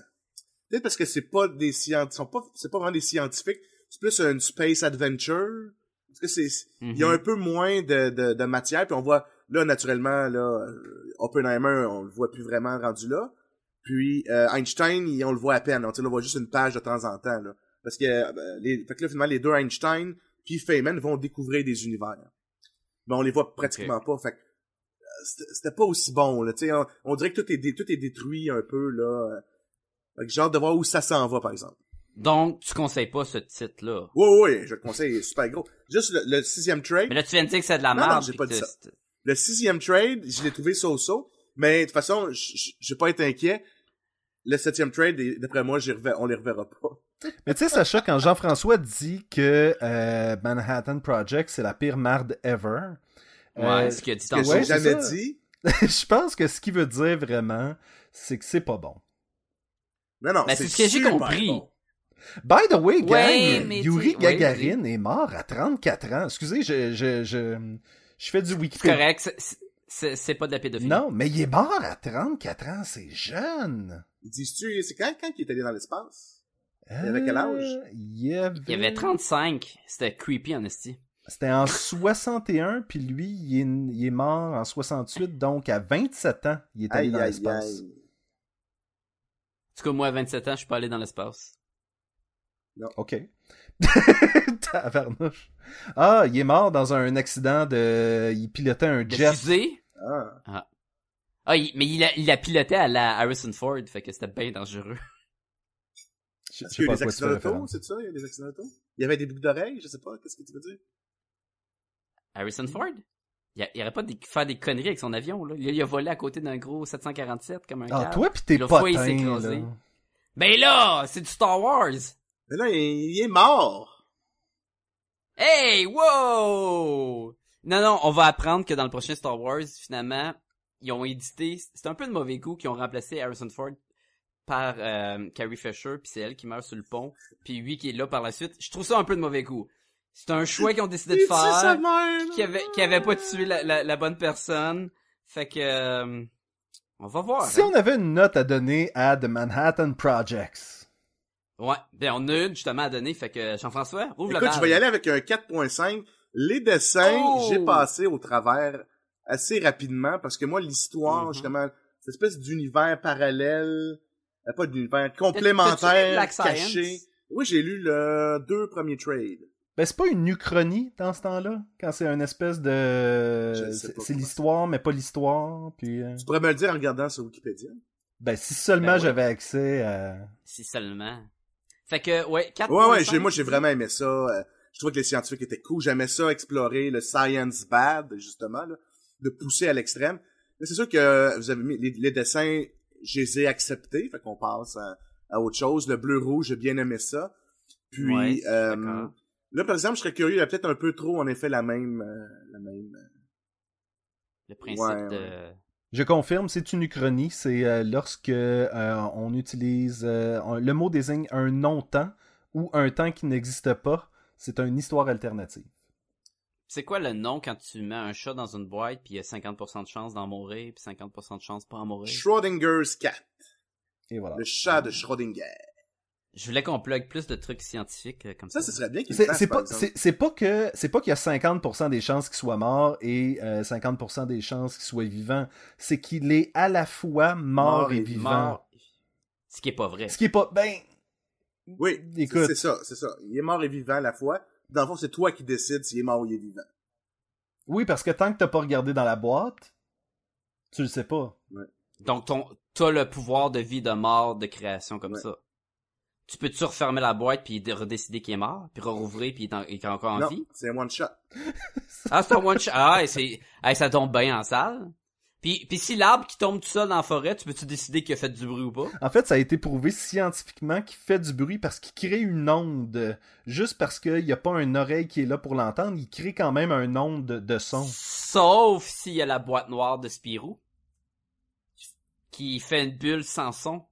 Speaker 1: Peut-être parce que c'est pas des scientifiques, sont pas, c'est pas vraiment des scientifiques, c'est plus une space adventure. Parce que c'est,
Speaker 4: Mhm.
Speaker 1: il y a un peu moins de, de, de matière, puis on voit, là, naturellement, là, euh, Oppenheimer, on le voit plus vraiment rendu là. Puis euh, Einstein, il- on le voit à peine. On, tu sais, on le voit juste une page de temps en temps. Là. Parce que, euh, les, fait que là, finalement, les deux Einstein puis Feynman vont découvrir des univers. Mais on les voit pratiquement pas. Fait que, euh, c'était c'était pas aussi bon. Là, tu sais, on, on dirait que tout est, dé- tout est détruit un peu. là. euh, Fait que j'ai hâte de voir où ça s'en va, par exemple.
Speaker 4: Donc, tu conseilles pas ce titre-là.
Speaker 1: Oui, oui, je le conseille, il est super gros. Juste le, le sixième trade.
Speaker 4: Mais là, tu viens de dire que c'est de la
Speaker 1: Non, non,
Speaker 4: merde.
Speaker 1: j'ai
Speaker 4: pis
Speaker 1: pas dit
Speaker 4: que
Speaker 1: ça.
Speaker 4: c'est-
Speaker 1: Le sixième trade, je l'ai trouvé so-so, mais de toute façon, je- je je vais pas être inquiet. Le septième trade, et d'après moi, j'y rever- on les reverra pas.
Speaker 3: Mais tu sais, Sacha, quand Jean-François dit que euh, Manhattan Project, c'est la pire marde ever, euh,
Speaker 4: Ouais, ce qu'il a dit
Speaker 1: Que
Speaker 4: tantôt.
Speaker 3: ouais,
Speaker 1: j'ai
Speaker 3: c'est
Speaker 1: jamais
Speaker 3: ça.
Speaker 1: dit.
Speaker 3: je pense que ce qu'il veut dire vraiment, c'est que c'est pas bon.
Speaker 1: Non, non,
Speaker 4: Ben, c'est ce que j'ai
Speaker 1: super
Speaker 4: compris.
Speaker 1: bon.
Speaker 3: By the way, gang,
Speaker 4: Ouais, mais
Speaker 3: Yuri
Speaker 4: tu- ouais,
Speaker 3: Gagarin est mort à 34 ans. Excusez, je, je, je, je fais du
Speaker 4: C'est
Speaker 3: Wikipédia.
Speaker 4: correct, c'est- c'est c'est pas de la pédophilie.
Speaker 3: Non, mais il est mort à 34 ans, c'est jeune.
Speaker 1: Ils Dis-tu, c'est quand, quand il est allé dans l'espace? Il avait quel âge?
Speaker 3: Euh, Il avait...
Speaker 4: Il y avait 35. C'était creepy, en esti.
Speaker 3: C'était en 61, puis lui, il est, il est mort en 68, donc à 27 ans, il est allé
Speaker 1: Aïe,
Speaker 3: dans
Speaker 1: aïe,
Speaker 3: l'espace.
Speaker 1: aïe.
Speaker 4: En tout cas, moi, à 27 ans, je suis pas allé dans l'espace.
Speaker 3: OK. Tabarnouche. Ah, il est mort dans un accident de... Il pilotait un
Speaker 4: De
Speaker 3: jet.
Speaker 4: fusée?
Speaker 1: Ah.
Speaker 4: Ah, il- mais il a, il a piloté à la Harrison Ford, fait que c'était bien dangereux.
Speaker 3: Je
Speaker 1: Est-ce qu'il
Speaker 3: sais
Speaker 1: y
Speaker 3: pas
Speaker 1: a
Speaker 3: à
Speaker 1: eu des
Speaker 3: quoi tu fais
Speaker 1: accidents d'auto?
Speaker 3: référence.
Speaker 1: C'est ça? Il y a des accidents d'auto? Il y avait des boucles d'oreilles? Je sais pas. Qu'est-ce que tu veux dire?
Speaker 3: Mm.
Speaker 4: Harrison Ford? Il, a- il aurait pas de faire des conneries avec son avion, là. Il, a- il a volé à côté d'un gros 747, comme un
Speaker 3: Ah,
Speaker 4: câble.
Speaker 3: toi pis tes
Speaker 4: Le foie, il
Speaker 3: potins,
Speaker 4: s'est
Speaker 3: là.
Speaker 4: écrasé. Ben là, c'est du Star Wars!
Speaker 1: Mais là, il, il est mort!
Speaker 4: Hey, wow! Non, non, on va apprendre que dans le prochain Star Wars, finalement, ils ont édité, c'est un peu de mauvais goût qu'ils ont remplacé Harrison Ford par euh, Carrie Fisher, puis c'est elle qui meurt sur le pont, puis lui qui est là par la suite. Je trouve ça un peu de mauvais goût. C'est un choix qu'ils ont décidé de
Speaker 1: Il tue sa
Speaker 4: faire,
Speaker 1: mère!
Speaker 4: qui avait, qui avait pas tué la, la, la bonne personne. Fait que, euh, on va voir.
Speaker 3: Si
Speaker 4: hein.
Speaker 3: on avait une note à donner à The Manhattan Projects...
Speaker 4: Ouais, ben on a une justement à donner, fait que Jean-François, ouvre la
Speaker 1: Écoute, je vais y aller avec un 4.5. Les dessins,
Speaker 4: Oh!
Speaker 1: j'ai passé au travers assez rapidement parce que moi, l'histoire,
Speaker 3: Mm-hmm.
Speaker 4: Mhm.
Speaker 1: justement, cette espèce d'univers parallèle, euh, pas d'univers, complémentaire, caché. Oui, j'ai lu le deux premiers trades.
Speaker 3: Ben, c'est pas une uchronie dans ce temps-là, quand c'est une espèce de...
Speaker 1: Je sais pas
Speaker 3: C'est
Speaker 1: comment
Speaker 3: c'est
Speaker 1: ça.
Speaker 3: l'histoire, mais pas l'histoire, puis... euh,
Speaker 1: Tu pourrais me le dire en regardant sur Wikipédia.
Speaker 3: Ben, si seulement
Speaker 4: Ben ouais.
Speaker 3: j'avais accès à...
Speaker 4: Si seulement. Fait que, ouais, 4
Speaker 1: Ouais, ouais, j'ai, moi, j'ai vraiment aimé ça. Euh, Je trouvais que les scientifiques étaient cool. J'aimais ça, explorer le science bad, justement, là, de pousser à l'extrême. Mais c'est sûr que euh, vous avez mis les, les dessins, je les ai acceptés. Fait qu'on passe à, à autre chose. Le bleu-rouge, j'ai bien aimé ça. Puis,
Speaker 4: Ouais,
Speaker 1: euh,
Speaker 4: d'accord.
Speaker 1: là, par exemple, je serais curieux, il y a peut-être un peu trop, en effet, la même, euh, la même.
Speaker 4: Le principe
Speaker 1: Ouais,
Speaker 4: de...
Speaker 3: Je confirme, c'est une uchronie. C'est euh, lorsque euh, on utilise euh, un- le mot désigne un non-temps ou un temps qui n'existe pas. C'est une histoire alternative.
Speaker 4: C'est quoi le nom quand tu mets un chat dans une boîte puis il y a 50% de chance d'en mourir puis 50% de chance pas en mourir?
Speaker 1: Schrodinger's cat.
Speaker 3: Et voilà.
Speaker 1: Le chat de Schrödinger.
Speaker 4: Je voulais qu'on plug plus de trucs scientifiques euh, comme ça.
Speaker 1: Ça, ce serait bien qu'il le
Speaker 3: C'est
Speaker 1: fasse,
Speaker 3: c'est
Speaker 1: par
Speaker 3: pas,
Speaker 1: exemple.
Speaker 3: c'est- c'est pas que c'est pas qu'il y a 50% des chances qu'il soit mort et euh, 50% des chances qu'il soit vivant. C'est qu'il est à la fois mort,
Speaker 1: Mort
Speaker 3: et
Speaker 1: et
Speaker 3: vivant.
Speaker 4: Mort. Ce qui est pas vrai.
Speaker 3: Ce qui est pas ben
Speaker 1: Oui,
Speaker 3: Écoute.
Speaker 1: c'est c'est ça, c'est ça. Il est mort et vivant à la fois. Dans le fond, c'est toi qui décides s'il est mort ou il est vivant.
Speaker 3: oui parce que tant que t'as pas regardé dans la boîte, tu le sais pas.
Speaker 4: Donc, ton, t'as le pouvoir de vie, de mort, de création comme
Speaker 1: Ouais.
Speaker 4: ça. Tu peux-tu refermer la boîte puis de- redécider qu'il est mort, puis rouvrir puis il est en- il est encore en
Speaker 1: non,
Speaker 4: vie?
Speaker 1: c'est un one shot.
Speaker 4: Ah, c'est un one shot. Ah, et c'est, hey, ça tombe bien en salle. Puis, puis si l'arbre qui tombe tout seul dans la forêt, tu peux-tu décider qu'il a fait du bruit ou pas?
Speaker 3: En fait, ça a été prouvé scientifiquement qu'il fait du bruit parce qu'il crée une onde. Juste parce qu'il n'y a pas une oreille qui est là pour l'entendre, il crée quand même un onde de son.
Speaker 4: Sauf s'il y a la boîte noire de Spirou. Qui fait une bulle sans son.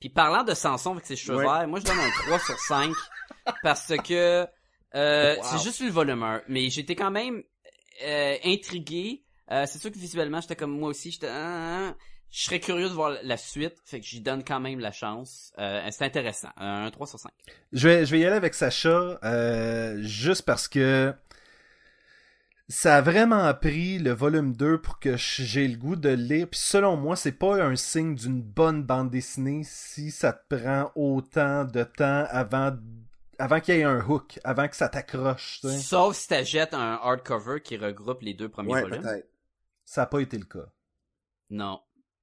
Speaker 4: Puis parlant de Samson avec ses cheveux
Speaker 1: Ouais.
Speaker 4: verts, moi je donne un 3 sur 5 parce que euh,
Speaker 3: Wow.
Speaker 4: c'est juste le volume 1. Mais j'étais quand même euh, intrigué. Euh, c'est sûr que visuellement, j'étais comme moi aussi, j'étais... ah, ah, ah. Je serais curieux de voir la suite, fait que j'y donne quand même la chance. Euh, c'est intéressant, un 3 sur 5.
Speaker 3: Je vais, je vais y aller avec Sacha, euh, juste parce que ça a vraiment pris le volume 2 pour que j- j'ai le goût de le lire. Puis selon moi, c'est pas un signe d'une bonne bande dessinée si ça te prend autant de temps avant, avant qu'il y ait un hook, avant que ça t'accroche. tu sais.
Speaker 4: Sauf si t'achètes un hardcover qui regroupe les deux premiers
Speaker 1: Ouais,
Speaker 4: volumes.
Speaker 1: peut-être.
Speaker 3: Ça n'a pas été le cas.
Speaker 4: Non.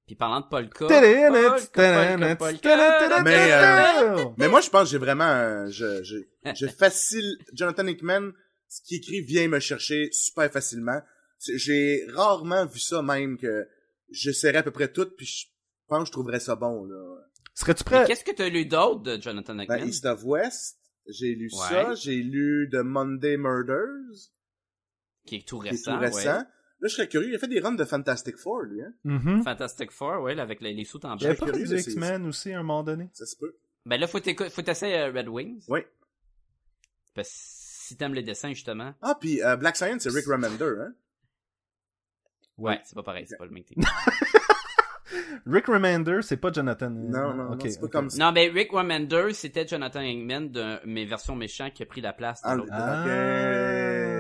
Speaker 4: Puis parlant de Polka. Polka, Polka, Polka.
Speaker 1: Mais,
Speaker 3: Mais,
Speaker 1: Mais moi, je pense que j'ai vraiment... un- je, je, je facile... Jonathan Hickman, ce qu'il écrit vient me chercher super facilement. C'est- J'ai rarement vu ça même que j'essaierais à peu près tout, puis je pense que je trouverais ça bon. là.
Speaker 3: Serais-tu
Speaker 4: Mais
Speaker 3: prêt?
Speaker 4: qu'est-ce que t'as lu d'autre de Jonathan
Speaker 1: Ben,
Speaker 4: Hickman?
Speaker 1: East of West, j'ai lu
Speaker 4: Ouais.
Speaker 1: ça. J'ai lu The Monday Murders,
Speaker 4: qui est tout
Speaker 1: qui est
Speaker 4: récent.
Speaker 1: tout récent. Là, je serais curieux. Il a fait des runs de Fantastic Four, lui. Hein?
Speaker 3: Mhm.
Speaker 4: ouais. Fantastic Four, ouais, là, avec les, les sous en
Speaker 3: Il y avait
Speaker 4: bas.
Speaker 1: J'avais-
Speaker 3: pas
Speaker 1: curieux
Speaker 3: des
Speaker 1: de ces-
Speaker 3: X-Men aussi à un moment donné?
Speaker 1: Ça se peut.
Speaker 4: Ben là, faut t'éco- faut t'essayer euh, Red Wings.
Speaker 1: Oui.
Speaker 4: Parce que si t'aimes les dessins, justement.
Speaker 1: Ah, puis euh, Black Science, c'est Rick Remender. Hein?
Speaker 4: Ouais. C'est pas pareil, c'est pas le même thing.
Speaker 3: Rick Remender, c'est pas Jonathan.
Speaker 1: Non, non, non,
Speaker 3: Ah, Ok,
Speaker 1: c'est pas
Speaker 3: ok.
Speaker 1: comme ça.
Speaker 4: non, mais Rick Remender, c'était Jonathan Hickman de mes versions méchantes qui a pris la place de
Speaker 1: Ah,
Speaker 4: l'autre.
Speaker 1: Ah.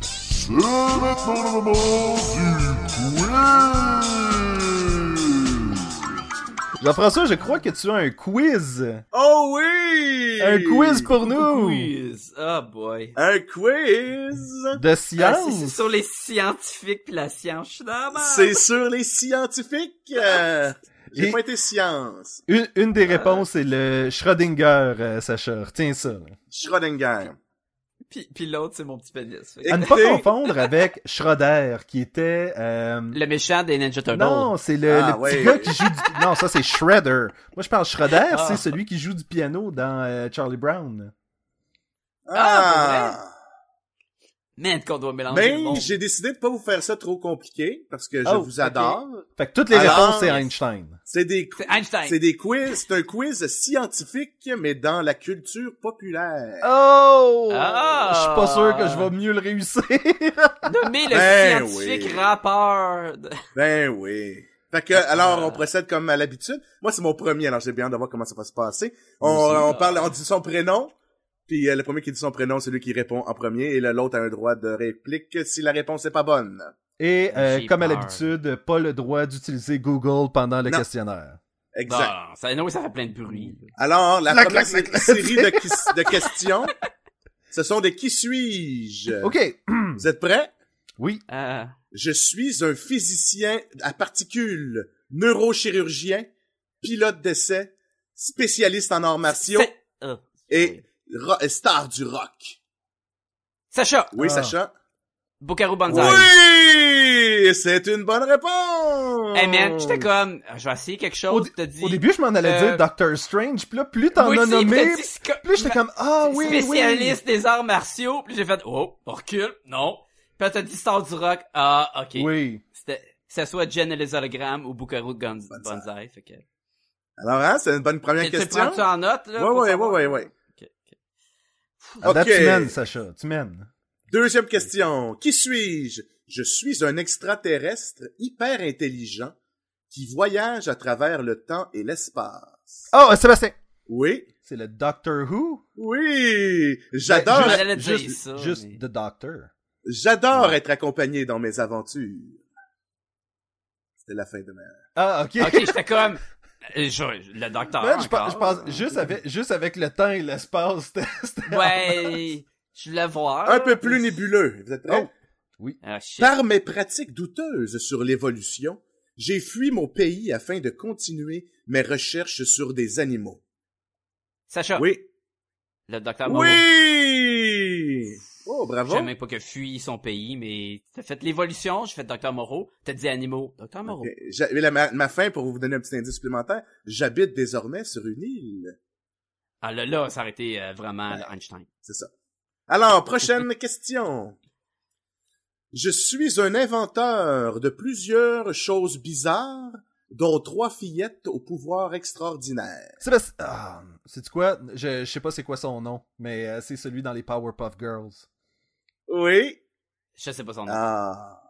Speaker 5: C'est maintenant le moment du quiz.
Speaker 3: Jean-François, je crois que tu as un quiz.
Speaker 1: Oh oui!
Speaker 3: Un quiz pour nous.
Speaker 4: Quiz. Oh boy.
Speaker 1: Un quiz!
Speaker 3: De
Speaker 4: Ah, c'est- c'est
Speaker 3: science.
Speaker 4: sur les scientifiques puis la science. Je suis dans la merde.
Speaker 1: C'est sur les scientifiques! euh, J'ai
Speaker 3: Et-
Speaker 1: pas été science.
Speaker 3: Une, une
Speaker 1: Euh,
Speaker 3: des réponses est le Schrödinger, euh, Sacha. Retiens ça. là.
Speaker 1: Schrödinger.
Speaker 4: Puis, puis l'autre, c'est mon petit pénis. Fait que-
Speaker 1: Et-
Speaker 3: À ne pas
Speaker 1: Écoutez-
Speaker 3: confondre avec Schroeder, qui était... euh,
Speaker 4: Le méchant des Ninja Turtles.
Speaker 3: Non, c'est le,
Speaker 1: Ah,
Speaker 3: le petit
Speaker 1: ouais.
Speaker 3: gars qui joue du... Non, ça c'est Shredder. Moi je parle Schroeder,
Speaker 4: Ah.
Speaker 3: c'est celui qui joue du piano dans euh, Charlie Brown.
Speaker 4: Ah, Man, qu'on doit mélanger le
Speaker 1: Mais
Speaker 4: monde.
Speaker 1: Ben, j'ai décidé de pas vous faire ça trop compliqué parce que je
Speaker 3: Oh,
Speaker 1: vous
Speaker 3: ok.
Speaker 1: adore.
Speaker 3: Fait que toutes les
Speaker 1: Alors,
Speaker 3: réponses c'est Einstein.
Speaker 1: C'est des qu-
Speaker 4: C'est Einstein.
Speaker 1: c'est des quiz, c'est un quiz scientifique mais dans la culture populaire.
Speaker 3: Oh!
Speaker 4: Ah!
Speaker 3: Je suis pas sûr que je vais mieux le réussir.
Speaker 4: Nommez le
Speaker 1: Ben
Speaker 4: scientifique
Speaker 1: oui.
Speaker 4: rappeur. de-
Speaker 1: Ben oui. Fait que alors on procède comme à l'habitude. Moi c'est mon premier alors j'ai bien hâte de voir comment ça va se passer. On, on parle, on dit son prénom. Puis euh, le premier qui dit son prénom, c'est lui qui répond en premier et le- l'autre a un droit de réplique si la réponse est pas bonne.
Speaker 3: Et euh,
Speaker 4: J'ai
Speaker 3: comme à
Speaker 4: peur.
Speaker 3: l'habitude, pas le droit d'utiliser Google pendant le
Speaker 1: Non.
Speaker 3: questionnaire.
Speaker 1: Exact.
Speaker 4: Bon, ça, non, ça fait plein de bruit.
Speaker 1: Alors, la
Speaker 3: Clac,
Speaker 1: première
Speaker 3: clac, clac,
Speaker 1: série de, qui- de questions, ce sont des qui suis-je.
Speaker 3: Ok.
Speaker 1: Vous êtes prêts?
Speaker 3: Oui.
Speaker 4: Euh,
Speaker 1: Je suis un physicien à particules, neurochirurgien, pilote d'essai, spécialiste en arts martiaux
Speaker 4: c'est- euh,
Speaker 1: et ro- euh, star du rock.
Speaker 4: Sacha,
Speaker 1: Oui,
Speaker 3: Ah.
Speaker 1: Sacha?
Speaker 4: Bukaru Banzai.
Speaker 1: Oui! C'est une bonne réponse!
Speaker 4: Hey man, Eh, j'étais comme, euh, je vais essayer quelque
Speaker 3: Au,
Speaker 4: chose, je te dis.
Speaker 3: au début, je m'en allais
Speaker 4: euh,
Speaker 3: dire Doctor Strange, puis là, plus t'en
Speaker 4: Oui,
Speaker 3: as
Speaker 4: si, il
Speaker 3: nommé,
Speaker 4: m'a dit sco-
Speaker 3: plus j'étais comme ah oui, oui.
Speaker 4: spécialiste des arts martiaux, puis j'ai fait, oh, on recule, non. Puis là, t'as dit star du rock, ah, ok.
Speaker 3: Oui.
Speaker 4: C'était, que ça soit Jen et les hologrammes ou Bukaru Gonz-
Speaker 1: Banzai.
Speaker 4: Banzai, fait que.
Speaker 1: Alors, hein, c'est une bonne première
Speaker 4: Tu tu
Speaker 1: question?
Speaker 4: prends-tu en note,
Speaker 1: Ouais,
Speaker 4: là? pour
Speaker 1: ouais, ouais,
Speaker 4: savoir?
Speaker 1: ouais, ouais.
Speaker 4: Ok, ok.
Speaker 3: Ah, ben,
Speaker 1: Ok.
Speaker 3: tu mènes, Sacha, tu mènes.
Speaker 1: Deuxième question. Qui suis-je? Je suis un extraterrestre hyper intelligent qui voyage à travers le temps et l'espace.
Speaker 3: Oh, euh, Sébastien.
Speaker 1: Oui.
Speaker 3: C'est le Doctor Who.
Speaker 1: Oui. J'adore,
Speaker 4: Ben, j'allais dire
Speaker 3: Juste,
Speaker 4: ça,
Speaker 3: juste
Speaker 4: mais-
Speaker 3: the Doctor.
Speaker 1: j'adore être accompagné dans mes aventures. C'était la fin de ma...
Speaker 3: Ah, ok.
Speaker 4: Ok, j'étais comme, euh, je- le docteur.
Speaker 3: Man, je,
Speaker 4: encore.
Speaker 3: pense, je pense juste avec juste avec le temps et l'espace, c'était- c'était-
Speaker 4: Ouais, je voulais voir.
Speaker 1: Un peu plus nébuleux. Vous êtes prêts?
Speaker 3: Oh. Oui.
Speaker 4: Ah, shit.
Speaker 1: Par mes pratiques douteuses sur l'évolution, j'ai fui mon pays afin de continuer mes recherches sur des animaux.
Speaker 4: Sacha,
Speaker 1: Oui.
Speaker 4: le docteur Moreau.
Speaker 1: Oui! Oh,
Speaker 4: Je
Speaker 1: bravo.
Speaker 4: savais même pas que fuit son pays, mais t'as fait l'évolution, j'ai fait Docteur Moreau, t'as dit animaux, Docteur Moreau.
Speaker 1: Et j'a- et la- ma, ma fin, pour vous donner un petit indice supplémentaire, j'habite désormais sur une île.
Speaker 4: Ah là là, ça aurait été euh, vraiment là, Einstein.
Speaker 1: C'est ça. Alors, prochaine question. Je suis un inventeur de plusieurs choses bizarres, dont trois fillettes au pouvoir extraordinaire.
Speaker 3: Sébastien. Ah, sais-tu quoi? Je, je sais pas c'est quoi son nom, mais euh, c'est celui dans les Powerpuff Girls.
Speaker 1: Oui.
Speaker 4: Je sais pas son nom,
Speaker 1: Ah.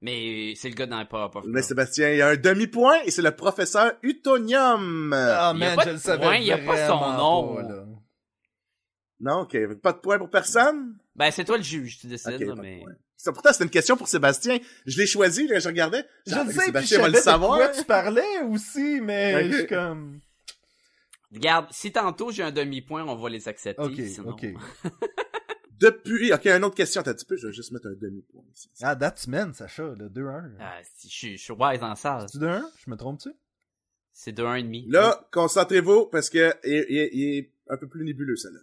Speaker 4: mais c'est le gars dans les Powerpuff
Speaker 1: Mais
Speaker 4: Girls.
Speaker 1: Sébastien, il y a un demi-point et c'est le professeur Utonium.
Speaker 3: Ah,
Speaker 4: Il y a
Speaker 3: man,
Speaker 4: pas
Speaker 3: je
Speaker 4: de
Speaker 3: le savais.
Speaker 4: point, il y a pas son
Speaker 3: vraiment
Speaker 4: nom.
Speaker 3: pas, là.
Speaker 1: Non, ok. Pas de point pour personne?
Speaker 4: Ben, c'est toi le juge, tu décides,
Speaker 1: Ok,
Speaker 4: là,
Speaker 1: pas de
Speaker 4: mais...
Speaker 1: point. Ça, pourtant, c'est une question pour Sébastien. Je l'ai choisi, là, je regardais.
Speaker 3: Je
Speaker 1: Ah,
Speaker 3: le sais, puis je
Speaker 1: Sébastien va
Speaker 3: savais
Speaker 1: le
Speaker 3: de quoi
Speaker 1: savoir.
Speaker 3: tu parlais aussi, mais
Speaker 1: Ok.
Speaker 3: je suis comme...
Speaker 4: Regarde, si tantôt j'ai un demi-point, on va les accepter,
Speaker 3: Ok,
Speaker 4: sinon...
Speaker 3: ok.
Speaker 1: Depuis, ok, une autre question. Attends un petit peu, je vais juste mettre un demi-point ici.
Speaker 3: Ah, that's man, Sacha, le 2-1.
Speaker 4: Ah, si, je, suis- je suis wise en salle.
Speaker 3: C'est-tu 2-1? Je me trompe-tu?
Speaker 4: C'est de un et demi.
Speaker 1: Là, concentrez-vous parce que il, il- il est un peu plus nébuleux celle-là.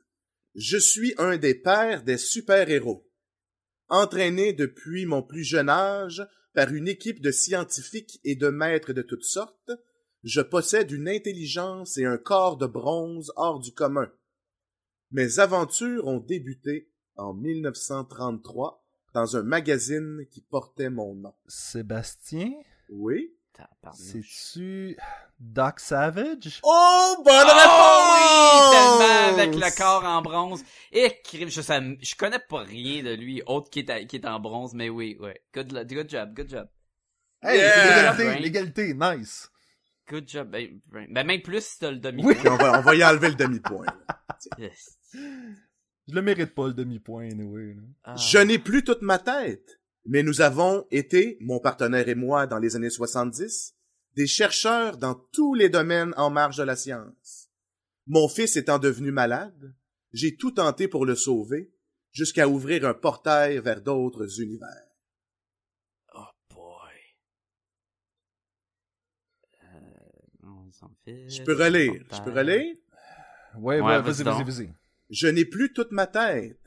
Speaker 1: Je suis un des pères des super-héros, entraîné depuis mon plus jeune âge par une équipe de scientifiques et de maîtres de toutes sortes. Je possède une intelligence et un corps de bronze hors du commun. Mes aventures ont débuté en 1933 dans un magazine qui portait mon nom.
Speaker 3: Sébastien?
Speaker 1: Oui.
Speaker 4: Tabarnouche.
Speaker 3: C'est-tu... Doc Savage?
Speaker 1: Oh, bonne
Speaker 4: Oh Ah, ben, oui,
Speaker 1: réponse!
Speaker 4: tellement avec le corps en bronze. Et crime, je, sais- je connais pas rien de lui, autre qui est, à- qui est en bronze, mais oui, ouais. Good, lo- good job, good job.
Speaker 3: Hey,
Speaker 1: Yeah!
Speaker 3: l'égalité, l'égalité, nice.
Speaker 4: Good job, ben, ben, ben, même plus si t'as le demi
Speaker 1: Puis on va, on va y enlever le demi-point.
Speaker 3: Je le mérite pas, le demi-point, anyway. là.
Speaker 4: Ah,
Speaker 1: Je n'ai plus toute ma tête, mais nous avons été, mon partenaire et moi, dans les années 70, des chercheurs dans tous les domaines en marge de la science. Mon fils étant devenu malade, j'ai tout tenté pour le sauver, jusqu'à ouvrir un portail vers d'autres univers.
Speaker 4: Oh boy. Euh, on s'en fiche.
Speaker 1: Je peux relire, je peux relire.
Speaker 3: Ouais, ouais,
Speaker 4: Ouais,
Speaker 3: vas-y,
Speaker 4: vas-y
Speaker 3: vas-y,
Speaker 4: donc.
Speaker 3: vas-y.
Speaker 1: Je n'ai plus toute ma tête,